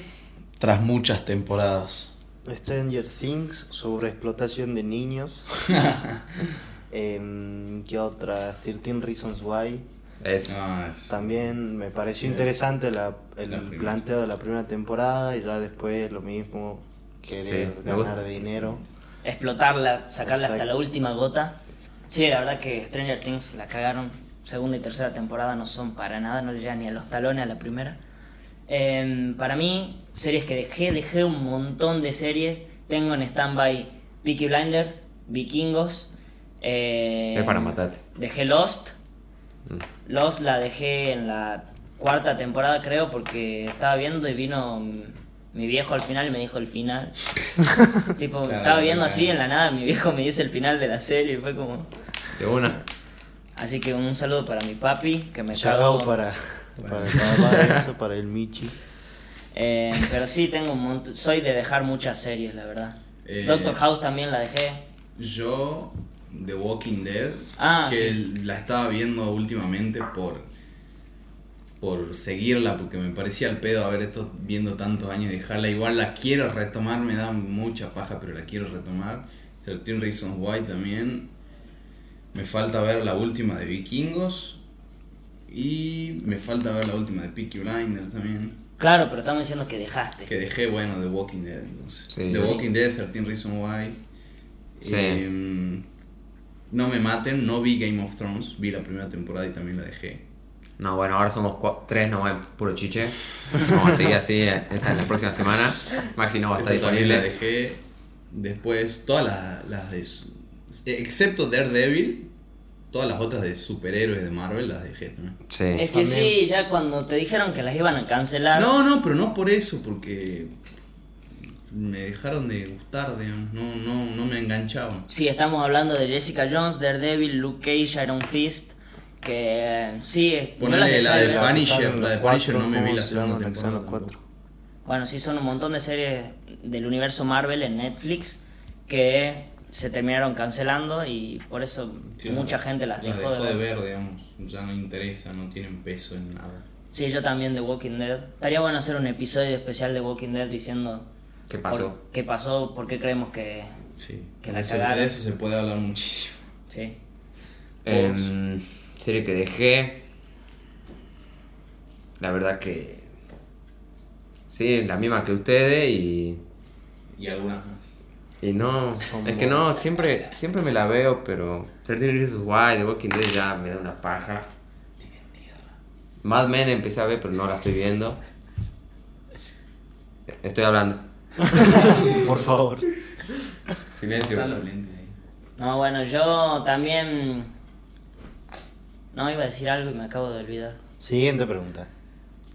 S5: tras muchas temporadas.
S4: Stranger Things sobre explotación de niños. Em, ¿Qué otra? 13 Reasons Why.
S3: Eso.
S2: Ah, es-
S4: También me pareció interesante la- el
S2: La primera.
S4: planteo de la primera temporada y ya después lo mismo, querer
S3: Sí, me gusta.
S4: ganar dinero.
S1: Explotarla, sacarla hasta
S4: Exacto.
S1: la última gota. Sí, la verdad que Stranger Things la cagaron. Segunda y tercera temporada no son para nada, no le llegan ni a los talones a la primera. Em, para mí, series que dejé, dejé un montón de series. Tengo en stand-by Peaky Blinders, Vikingos. eh,
S3: Es para matarte.
S1: Dejé Lost. Lost la dejé en la cuarta temporada, creo, porque estaba viendo y vino mi viejo al final y me dijo el final. tipo,
S2: Claro,
S1: estaba viendo
S2: claro.
S1: así en la nada, mi viejo me dice el final de la serie y fue como.
S3: De una.
S1: Así que un saludo para mi papi, que me
S4: Shout
S1: cagó.
S4: out para, para, el papá de eso, para el Michi.
S1: Eh, pero sí, tengo un montón. Soy de dejar muchas series, la verdad.
S2: Eh.
S1: Doctor House también la dejé.
S2: Yo, The Walking Dead,
S1: Ah,
S2: que la estaba viendo últimamente por por seguirla, porque me parecía el pedo haber estado viendo tantos años y dejarla. Igual la quiero retomar, me da mucha paja, pero la quiero retomar. 13 Reasons Why también. Me falta ver la última de Vikingos. Y me falta ver la última de Peaky Blinders también.
S1: Claro, pero estamos diciendo que dejaste.
S2: Que dejé, bueno, The Walking Dead, entonces.
S3: Sí,
S2: The
S3: sí.
S2: Walking Dead, 13 Reasons Why.
S3: Sí.
S2: Em, no me maten, no vi Game of Thrones, vi la primera temporada y también la dejé.
S3: No, bueno, ahora somos cua- tres, no es puro chiche. Vamos a seguir así eh, esta es la próxima semana. Maxi no va a
S2: Esa
S3: estar
S2: también la
S3: Ah, disponible.
S2: dejé. Después, todas las, las de. su- Excepto Daredevil, todas las otras de superhéroes de Marvel las dejé también.
S3: Sí.
S1: Es que sí, ya cuando te dijeron que las iban a cancelar.
S2: No, no, pero no por eso, porque. Me dejaron de gustar, digamos. No, no, no me enganchaban.
S1: Sí, estamos hablando de Jessica Jones, Daredevil, Luke Cage, Iron Fist. Que eh, sí, eh, yo las
S2: Ponele
S1: dejé
S2: la
S1: de
S2: de
S1: ver.
S2: Punisher,
S4: pasaron
S2: la de
S4: los
S2: Punisher no me
S4: ¿cómo
S2: vi la
S4: se
S2: segunda
S4: llaman? La que son los
S2: temporada.
S4: cuatro.
S1: Bueno, sí, son un montón de series del universo Marvel en Netflix que se terminaron cancelando y por eso
S2: Claro.
S1: mucha gente las
S2: Las
S1: dejó, de ver.
S2: digamos. Ya no interesa, no tienen peso en nada.
S1: Sí, yo también de Walking Dead. Estaría bueno hacer un episodio especial de Walking Dead diciendo
S3: ¿Qué pasó?
S1: por- qué pasó, por qué creemos que...
S2: Sí.
S1: Que la
S2: Eso-
S1: cagaron.
S2: de eso se puede hablar muchísimo.
S1: Sí.
S3: Em, serie que dejé. La verdad que. Sí, la misma que ustedes y.
S2: Y algunas más.
S3: Y no.
S4: Son
S3: es que no, siempre, siempre me la veo, pero. 13 Reasons Why, The Walking Dead ya me da una paja. Mad Men empecé a ver, pero no la estoy viendo. Estoy hablando.
S4: Por favor.
S3: Silencio.
S2: Están los lentes ahí.
S1: No, bueno, yo también... No, iba a decir algo y me acabo de olvidar.
S4: Siguiente pregunta.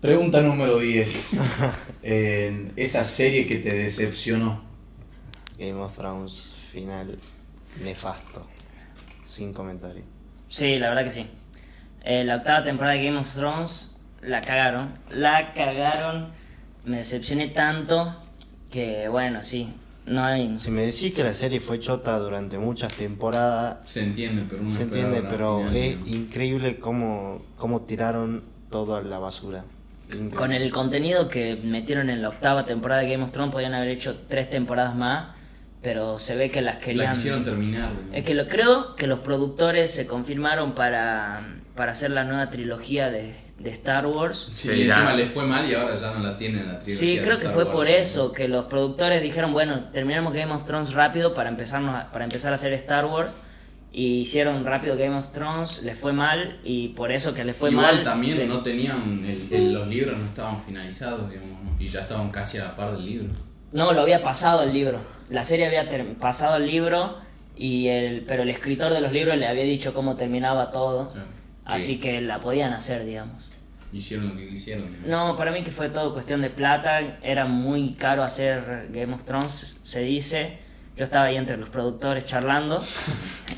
S5: Pregunta número 10. En esa serie que te decepcionó.
S4: Game of Thrones final nefasto. Sin comentario.
S1: Sí, la verdad que sí. Eh, la octava temporada de Game of Thrones la cagaron. La cagaron. Me decepcioné tanto que, bueno, sí. No hay.
S4: Si me decís que la serie fue chota durante muchas temporadas,
S2: Se entiende, pero uno
S4: se
S2: esperaba
S4: entiende,
S2: la
S4: pero
S2: final,
S4: es
S2: digamos.
S4: increíble cómo, cómo tiraron todo a la basura. Increíble.
S1: Con el contenido que metieron en la octava temporada de Game of Thrones, podían haber hecho tres temporadas más. Pero se ve que las
S2: La
S1: querían.
S2: quisieron terminar. digamos.
S1: Es que lo creo que los productores se confirmaron para, para hacer la nueva trilogía de, de Star Wars.
S2: Sí,
S3: Sí,
S2: y encima
S3: ya.
S2: le fue mal y ahora ya no la tienen la trilogía.
S1: Sí,
S2: de
S1: creo que
S2: Star
S1: fue
S2: Wars.
S1: por eso que los productores dijeron, bueno, terminamos Game of Thrones rápido para, empezarnos a- para empezar a hacer Star Wars. Y hicieron rápido Game of Thrones, les fue mal y por eso que les fue
S2: Igual
S1: mal.
S2: también
S1: le-
S2: no tenían. el- el- los libros no estaban finalizados, digamos. ¿no? Y ya estaban casi a la par del libro.
S1: No, lo había pasado el libro. La serie había ter- pasado el libro, y el, pero el escritor de los libros le había dicho cómo terminaba todo.
S2: Claro.
S1: Así que la podían hacer, digamos.
S2: Hicieron lo que quisieron. digamos.
S1: No, para mí que fue todo cuestión de plata. Era muy caro hacer Game of Thrones, se dice. Yo estaba ahí entre los productores charlando.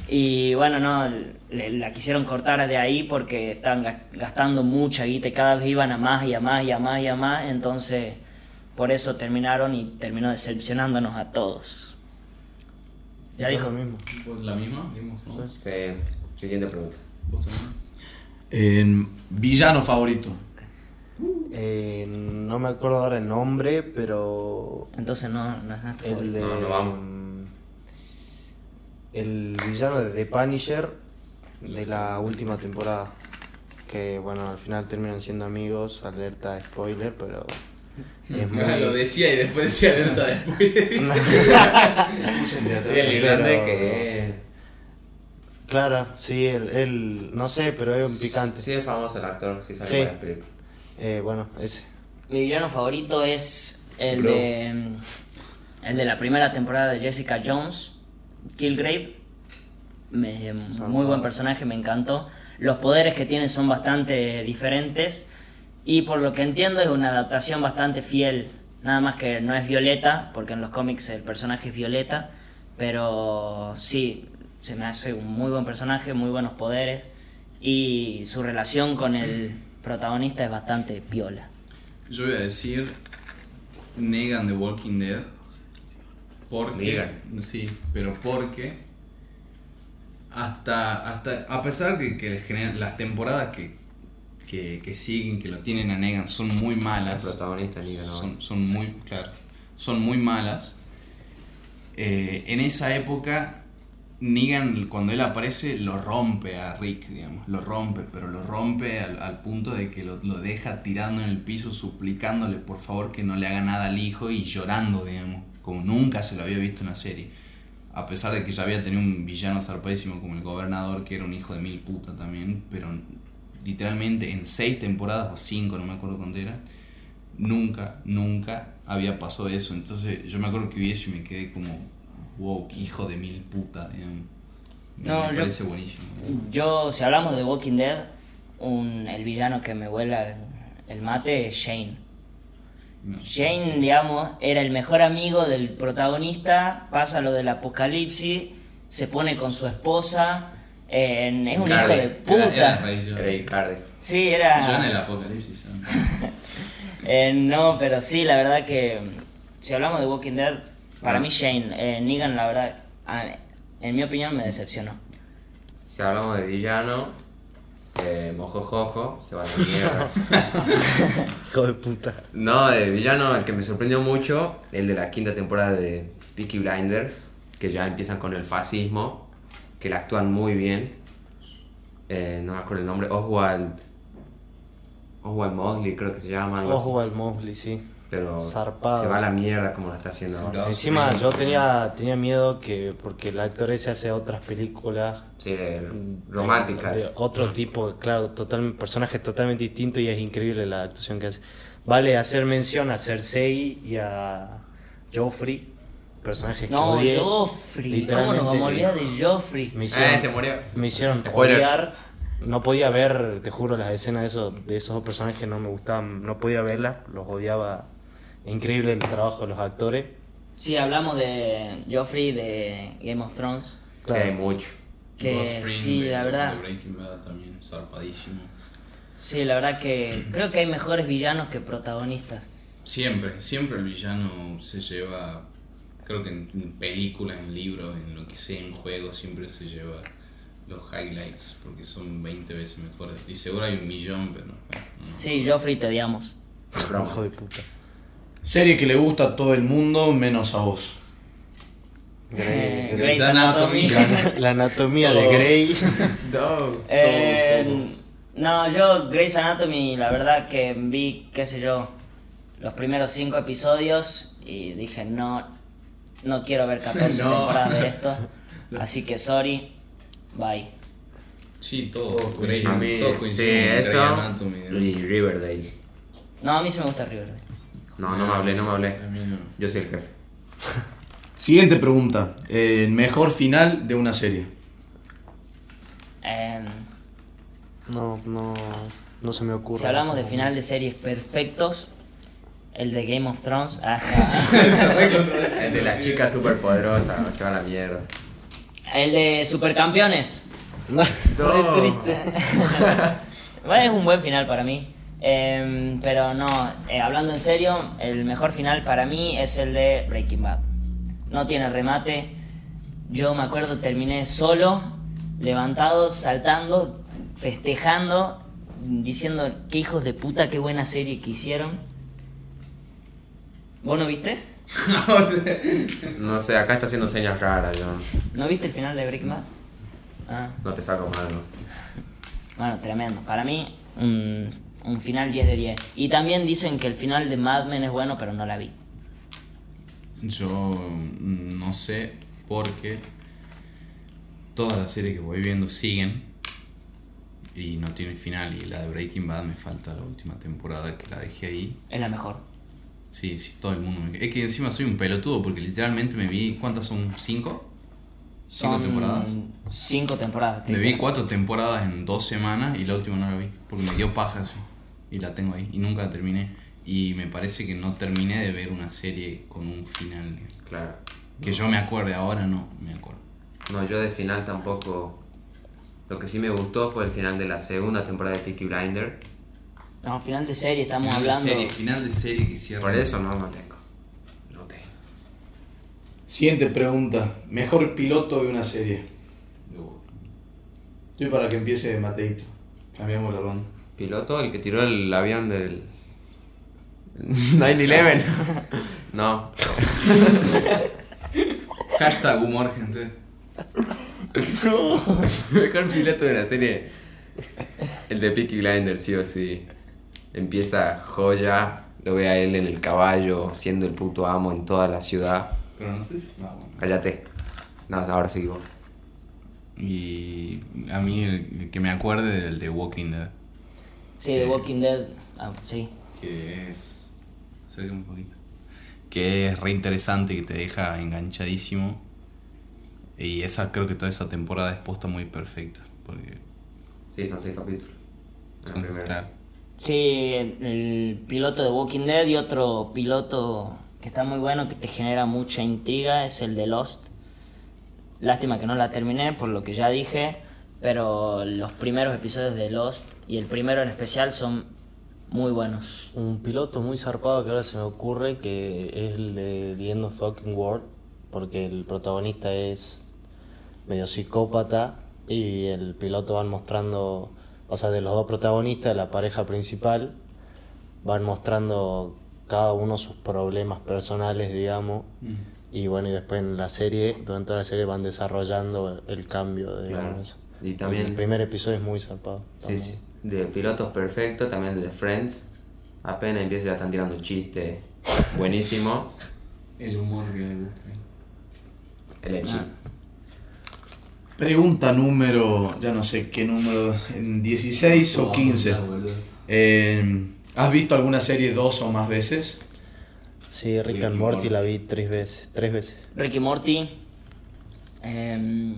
S1: Y bueno, no, le- la quisieron cortar de ahí porque estaban gas- gastando mucha guita y cada vez iban a más y a más y a más y a más. Entonces, por eso terminaron y terminó decepcionándonos a todos. Ya
S4: Es
S1: dijo.
S4: lo mismo.
S2: ¿Vos ¿La misma? Digamos, ¿no?
S3: Sí, siguiente pregunta.
S2: ¿Vos también?
S5: En villano favorito.
S4: Eh, no me acuerdo ahora el nombre, pero
S1: Entonces no, no es nuestro
S4: el de,
S3: No, no vamos.
S4: el villano de The Punisher de la última temporada. Que bueno, al final terminan siendo amigos, alerta spoiler, pero es muy,
S2: Lo decía y después decía alerta después.
S3: Sí, el
S4: Pero-
S3: grande que
S4: Claro, sí, él, él- no sé, pero es un picante.
S3: Sí, es famoso el actor, sí sale
S4: Sí.
S3: en varias películas.
S4: Eh, bueno, ese.
S1: Mi villano favorito es el
S3: Bro.
S1: de. El de la primera temporada de Jessica Jones, Killgrave. Me- muy buen personaje, me encantó. Los poderes que tiene son bastante diferentes. Y por lo que entiendo, es una adaptación bastante fiel. Nada más que no es Violeta, porque en los cómics el personaje es Violeta. Pero sí, se me hace un muy buen personaje, muy buenos poderes. Y su relación con el protagonista es bastante piola.
S2: Yo voy a decir negan The Walking Dead. Porque.
S3: Negan.
S2: Sí, pero porque. Hasta. hasta a pesar de que les generan- las temporadas que, que, que siguen, que lo tienen a Negan, son muy
S3: El
S2: malas.
S3: protagonista ni ganó.
S2: Son, son muy, claro, son muy malas. Eh, en esa época, Negan, cuando él aparece, lo rompe a Rick, digamos, lo rompe, pero lo rompe al, al punto de que lo, lo deja tirando en el piso, suplicándole por favor que no le haga nada al hijo y llorando, digamos, como nunca se lo había visto en la serie. A pesar de que ya había tenido un villano zarpadísimo como el gobernador, que era un hijo de mil puta también, pero literalmente en seis temporadas o cinco, no me acuerdo cuánto era, nunca, nunca había pasado eso. Entonces yo me acuerdo que vi eso y me quedé como, wow, qué hijo de mil puta. digamos.
S1: No,
S2: me
S1: yo-
S2: parece buenísimo.
S1: Yo, si hablamos de Walking Dead, un- el villano que me vuela el, el mate es Shane.
S2: No.
S1: Shane, digamos, era el mejor amigo del protagonista, pasa lo del apocalipsis, se pone con su esposa, en- es un
S3: Claro,
S1: hijo de
S2: Era-
S1: puta.
S2: era Rey John.
S3: Era Icardi.
S1: Sí, era...
S2: John el apocalipsis. ¿no?
S1: Eh, no, pero sí, la verdad que si hablamos de Walking Dead,
S2: Ah.
S1: para mí Shane, eh, Negan, la verdad, a- en mi opinión me decepcionó.
S3: Si hablamos de villano, eh, Mojojojo, se va a la mierda.
S4: Hijo de puta.
S3: No, el villano, el que me sorprendió mucho, el de la quinta temporada de Peaky Blinders, que ya empiezan con el fascismo, que la actúan muy bien. Eh, no me acuerdo el nombre, Oswald. Oswald Mosley, creo que se llama. algo así.
S4: Oswald Mosley, sí.
S3: Pero
S4: Zarpado.
S3: se va a la mierda como lo está haciendo ahora.
S2: Claro.
S4: Encima yo tenía, tenía miedo que, porque el actor ese hace otras películas
S3: Sí, de
S4: mm,
S3: románticas.
S4: de otro tipo, claro, total, personajes totalmente distintos y es increíble la actuación que hace. Vale hacer mención a Cersei y a Joffrey, personajes
S1: No,
S4: que odié.
S1: Joffrey, ¿cómo nos vamos a
S4: Literalmente,
S1: olvidar de Joffrey?
S4: Me hicieron,
S3: Eh, se murió.
S4: me hicieron
S3: Spoiler.
S4: odiar. No podía ver, te juro, las escenas de esos, de esos dos personajes no me gustaban, no podía verlas, los odiaba. Increíble el trabajo de los actores.
S1: Sí, hablamos de Joffrey de Game of Thrones.
S4: Claro.
S3: Sí, hay mucho.
S1: Que
S2: Ghost Ring
S1: sí,
S2: de-
S1: la verdad.
S2: de Breaking Bad también, zarpadísimo.
S1: Sí, la verdad que creo que hay mejores villanos que protagonistas.
S2: Siempre, siempre el villano se lleva, creo que en, en películas, en libros, en lo que sea, en juegos, siempre se lleva los highlights, porque son 20 veces mejores. Y seguro hay un millón, pero bueno, no.
S1: Sí, Joffrey te odiamos.
S4: Hijo de puta.
S5: Serie que le gusta a todo el mundo menos a vos.
S1: Eh, Grey's
S4: Grey-
S2: Grey's Anatomy.
S1: Anatomy.
S4: La, la anatomía de
S5: Todos.
S4: Grey.
S3: No.
S1: Eh,
S2: todos.
S1: No, yo Grey's Anatomy, la verdad que vi, qué sé yo, los primeros cinco episodios y dije, no, no quiero ver 14
S2: No.
S1: temporadas de esto. Así que sorry, bye.
S2: Sí, todo. Grey,
S3: A mí,
S2: todo
S3: sí,
S2: coincide con Grey
S3: eso.
S2: Anatomy, ¿eh? ¿no?
S3: Y Riverdale.
S1: No, a mí sí me gusta Riverdale.
S3: No, no me hablé, no me hablé.
S2: A mí no.
S3: Yo soy el jefe.
S5: Siguiente pregunta. El mejor final de una serie.
S1: Em,
S4: No, no, no se me ocurre.
S1: si hablamos de final de series perfectos, el de Game of Thrones. ah,
S3: El de la chica superpoderosa, se va a la mierda.
S1: el de Supercampeones.
S4: No,
S3: No.
S4: re triste.
S1: Bueno, es un buen final para mí. Em, pero no, eh, hablando en serio, el mejor final para mí es el de Breaking Bad. No tiene remate. Yo me acuerdo, terminé solo, levantado, saltando, festejando, diciendo qué hijos de puta, qué buena serie que hicieron. ¿Vos no viste?
S3: No sé, acá está haciendo señas raras, yo.
S1: ¿No viste el final de Breaking Bad? Ah,
S3: No te saco mano.
S1: bueno, tremendo. Para mí, un, un final 10 de 10. Y también dicen que el final de Mad Men es bueno, pero no la vi.
S2: Yo mm, no sé porque todas las series que voy viendo siguen y no tienen final y la de Breaking Bad me falta la última temporada que la dejé ahí.
S1: Es la mejor.
S2: Sí, sí, todo el mundo. me- Es que encima soy un pelotudo porque literalmente me vi, ¿cuántas son? ¿Cinco? ¿Cinco
S1: Son
S2: temporadas?
S1: Cinco temporadas. te
S2: Me vi
S1: digo.
S2: cuatro temporadas en dos semanas y la última no la vi porque me dio paja así y la tengo ahí y nunca la terminé y me parece que no terminé de ver una serie con un final.
S3: Claro.
S2: Que yo me acuerde, ahora no me acuerdo.
S3: No, yo de final tampoco. Lo que sí me gustó fue el final de la segunda temporada de Peaky Blinder.
S1: No, final de serie, estamos
S2: final
S1: hablando.
S2: De serie, final de serie que cierra.
S3: Por eso no, no tengo.
S5: Siguiente pregunta. Mejor piloto de una serie. Estoy para que empiece Mateito. Cambiamos la ronda.
S3: ¿Piloto? ¿El que tiró el avión del 9-11? no.
S2: Hashtag humor, gente.
S3: Mejor piloto de la serie. El de Peaky Blinders, sí o sí. Empieza joya, lo ve a él en el caballo, siendo el puto amo en toda la ciudad.
S2: Pero no sé si. No, bueno.
S3: Cállate. No, ahora sí, vos.
S2: Y a mí el el que me acuerde del de Walking Dead.
S1: Sí,
S2: eh,
S1: The Walking Dead. Ah, sí.
S2: Que es. Acércame un poquito. Que es re interesante, que te deja enganchadísimo. Y esa creo que toda esa temporada es posta muy perfecta. Porque.
S3: Sí, son seis capítulos. La
S2: son-
S3: primera.
S2: claro.
S1: Sí, el piloto de Walking Dead y otro piloto que está muy bueno, que te genera mucha intriga, es el de Lost. Lástima que no la terminé, por lo que ya dije, pero los primeros episodios de Lost y el primero en especial son muy buenos.
S4: Un piloto muy zarpado que ahora se me ocurre que es el de The End of Fucking World, porque el protagonista es medio psicópata y el piloto van mostrando, o sea, de los dos protagonistas, de la pareja principal, van mostrando cada uno sus problemas personales, digamos.
S3: Mm.
S4: Y bueno, y después en la serie, durante toda la serie van desarrollando el cambio, digamos.
S3: Y también-
S4: El primer episodio es muy zarpado.
S3: Sí,
S4: también.
S3: sí. De pilotos perfecto, también el de Friends. Apenas empieza ya están tirando un chiste buenísimo.
S2: El humor que me gusta.
S3: El hecho.
S5: Pregunta número. Ya no sé qué número. en 16 o 15. Eh, ¿Has visto alguna serie dos o más veces?
S4: Sí, Rick and Morty la vi tres veces, tres veces.
S1: Ricky Morty, em,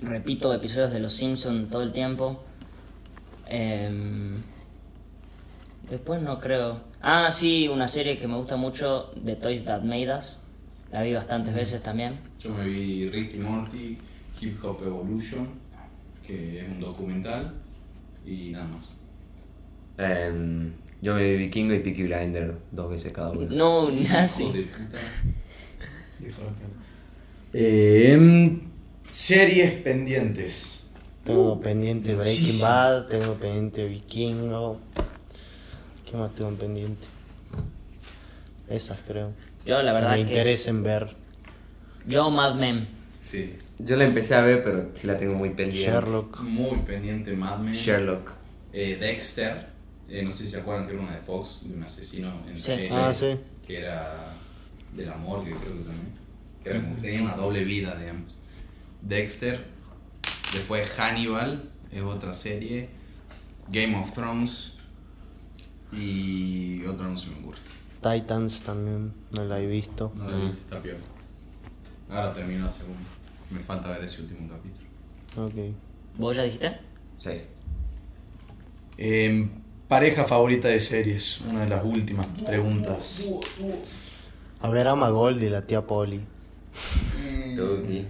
S1: repito episodios de Los Simpsons todo el tiempo. Em, después no creo. Ah, sí, una serie que me gusta mucho, The Toys That Made Us. La vi bastantes veces también.
S2: Yo me vi Rick y Morty, Hip Hop Evolution, que es un documental. Y nada más.
S3: Em, yo me vi Vikingo y Peaky Blinder dos veces cada uno.
S1: No, nazi.
S2: puta.
S5: Eh, series pendientes.
S4: Tengo pendiente Breaking Bad, tengo pendiente Vikingo. ¿Qué más tengo pendiente? Esas creo.
S1: Yo la
S4: Que
S1: verdad
S4: me
S1: que...
S4: interesen ver.
S1: Yo Mad Men.
S2: Sí.
S3: Yo la empecé a ver, pero sí la tengo muy pendiente.
S4: Sherlock.
S2: Muy pendiente Mad Men.
S3: Sherlock.
S2: Eh, Dexter, eh, no sé si se acuerdan que era una de Fox, de un asesino en
S1: Sí.
S2: serie,
S4: Ah, sí.
S2: que era del amor, que creo que también, que era como que tenía una doble vida, digamos. Dexter, después Hannibal, es otra serie, Game of Thrones y otra no se me ocurre.
S4: Titans también me la he visto.
S2: No la vi, está piola. Ahora termino la segunda, me falta ver ese último capítulo.
S4: Ok.
S1: ¿Vos ya dijiste?
S3: Sí.
S5: Eh, pareja favorita de series. Una de las últimas preguntas.
S4: A ver, ama Gold y la tía Polly.
S2: Mm.
S3: Tuki.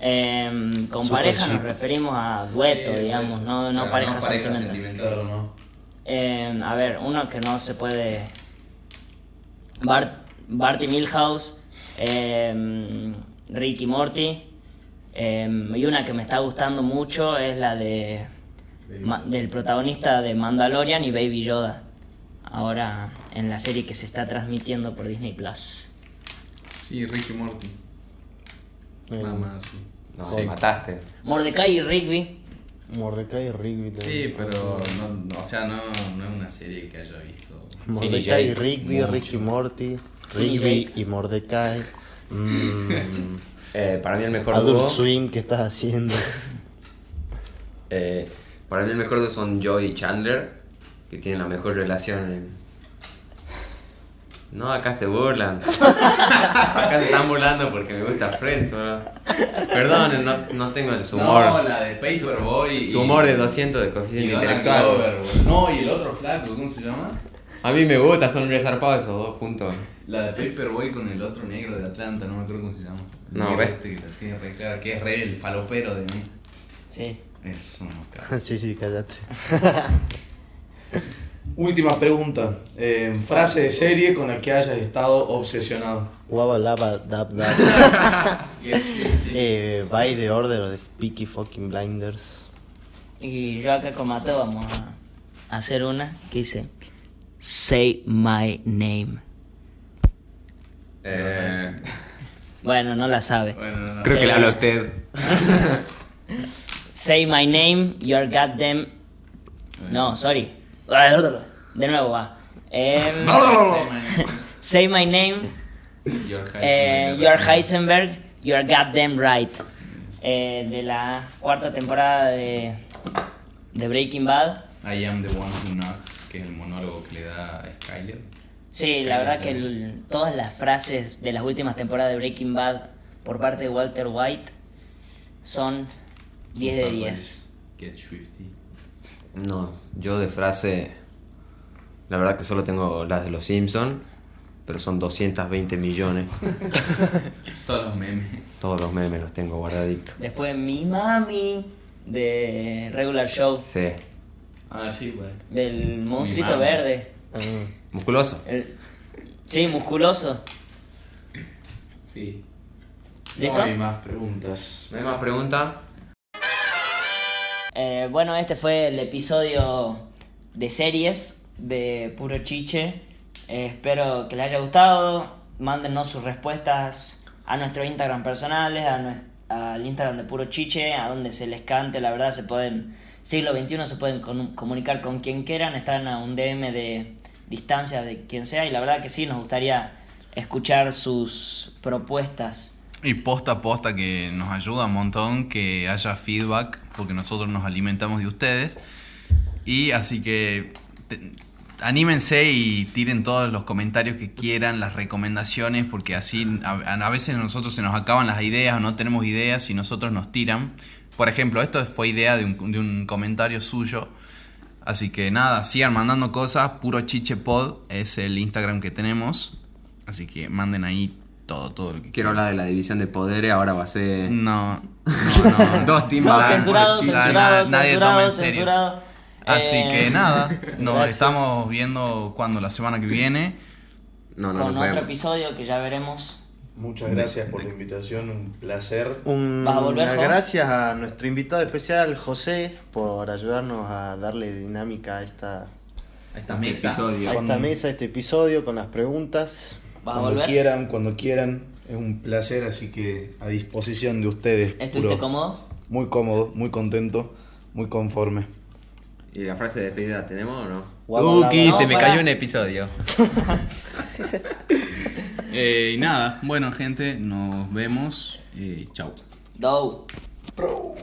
S1: Em, con
S4: Super
S1: pareja nos
S4: Chic.
S1: referimos a dueto,
S2: Sí,
S1: digamos, no, no
S2: claro,
S1: pareja
S2: parejas
S1: sentimental.
S5: Claro,
S2: sentimentales.
S5: ¿no?
S1: Eh, a ver, uno que no se puede. Bart, Barty Milhouse, eh, Ricky Morty. eh, y una que me está gustando mucho es la de ma- del protagonista de Mandalorian y Baby Yoda. Ahora en la serie que se está transmitiendo por Disney Plus.
S2: Sí, Ricky Morty. Nada más, sí.
S3: No,
S2: Sí.
S3: mataste.
S1: Mordecai y Rigby.
S4: Mordecai y Rigby. también.
S2: Sí, pero no, no, o sea, no, no es una serie que haya visto.
S4: Mordecai
S3: Jake.
S4: y Rigby, Ricky Morty.
S1: Finn y
S4: Rigby
S1: Jake.
S4: y Mordecai. Mm,
S3: Eh, para mí el mejor dúo.
S4: Adult Swim, ¿qué estás haciendo?
S3: eh, para mí el mejor dúo son Joey y Chandler, que tienen la mejor relación. en- No, acá se burlan. acá se están burlando porque me gusta Friends, bro. Perdón, no, no tengo el su humor.
S2: No, la de Paperboy. y-
S3: su humor de 200 de
S2: y
S3: coeficiente
S2: Donald
S3: intelectual.
S2: Glover, güey. No, y el otro flaco, ¿cómo se llama?
S3: A mí me gusta, son resarpados esos dos juntos.
S2: La de Paperboy con el otro negro de Atlanta, no me acuerdo cómo se llama.
S3: No,
S2: Mira,
S3: ve.
S2: este que la tiene re clara, que es re el falopero de mí.
S1: Sí.
S2: Eso no, cara.
S4: sí, sí, cállate.
S5: Última pregunta. Eh, frase de serie con la que hayas estado obsesionado.
S4: Wabba laba dab dab.
S2: Yes, yes, yes.
S4: eh, by the order de Peaky fucking Blinders.
S1: Y yo acá con Mateo vamos a hacer una que dice Say my name.
S3: Eh,
S1: Bueno, no la sabe.
S2: Bueno, no, no.
S3: creo que le habla a usted.
S1: Say my name, your goddamn. No, sorry. De nuevo va. Em, say my name,
S2: Your Heisenberg.
S1: eh, your Heisenberg, your goddamn right. Eh, de la cuarta temporada de, de Breaking Bad.
S2: I am the one who knocks, que es el monólogo que le da a Skyler.
S1: Sí, la verdad que el- todas las frases de las últimas temporadas de Breaking Bad por parte de Walter White son 10 de 10.
S2: Get Swifty.
S3: No, yo de frase. La verdad que solo tengo las de los Simpson, pero son 220 millones.
S2: Todos los memes.
S3: Todos los memes los tengo guardaditos.
S1: Después mi mami de Regular Show,
S3: Sí.
S2: Ah, sí, güey.
S1: del monstruito
S2: mami.
S1: verde.
S4: Ah,
S3: Musculoso.
S1: El- Sí, musculoso.
S5: Sí.
S1: ¿Listo?
S5: No hay más preguntas.
S3: ¿No hay más preguntas?
S1: Eh, bueno, este fue el episodio de series de Puro Chiche. Eh, espero que les haya gustado. Mándennos sus respuestas a nuestro Instagram personales, a nues- al Instagram de Puro Chiche, a donde se les cante. La verdad, se pueden, siglo XXI, se pueden con- comunicar con quien quieran. Están a un DM de distancia de quien sea. Y la verdad que sí, nos gustaría escuchar sus propuestas.
S2: Y posta a posta que nos ayuda un montón que haya feedback, porque nosotros nos alimentamos de ustedes. Y así que te- anímense y tiren todos los comentarios que quieran, las recomendaciones, porque así a, a veces a nosotros se nos acaban las ideas o no tenemos ideas y nosotros nos tiran. Por ejemplo, esto fue idea de un, de un comentario suyo. Así que nada, sigan mandando cosas. Puro Chiche Pod es el Instagram que tenemos. Así que manden ahí todo, todo lo que
S3: Quiero hablar de la división de poderes, ahora va a ser.
S2: no, no, no.
S3: Dos team
S1: No,
S3: van,
S1: censurado,
S3: por el
S2: chiste.
S1: censurado,
S2: Nadie
S1: censurado,
S2: toma en serio.
S1: censurado.
S2: Así
S1: Eh,
S2: que nada, nos
S4: Gracias.
S2: estamos viendo cuando la semana que viene.
S3: chiste. No, no,
S1: con otro
S3: no. podemos.
S1: episodio que ya veremos.
S5: Muchas gracias por la invitación, un placer.
S4: un-
S1: ¿Vas a volver,
S4: unas
S1: Jo?
S4: gracias a nuestro invitado especial, José, por ayudarnos a darle dinámica a esta,
S2: Ahí está,
S3: Este
S2: mesa.
S3: episodio.
S4: a esta mesa, a este episodio, con las preguntas.
S1: ¿Vas a
S5: cuando
S1: volver?
S5: quieran, cuando quieran. Es un placer, así que a disposición de ustedes.
S1: ¿Estuviste
S5: puro.
S1: cómodo?
S5: Muy cómodo, muy contento, muy conforme.
S3: ¿Y la frase de despedida tenemos o no?
S4: Guapa,
S3: Uki,
S1: lava.
S4: lava.
S3: se me
S1: No, pará.
S3: cayó un episodio.
S2: Eh, y nada, bueno gente, nos vemos. Eh, chao.
S1: Dou.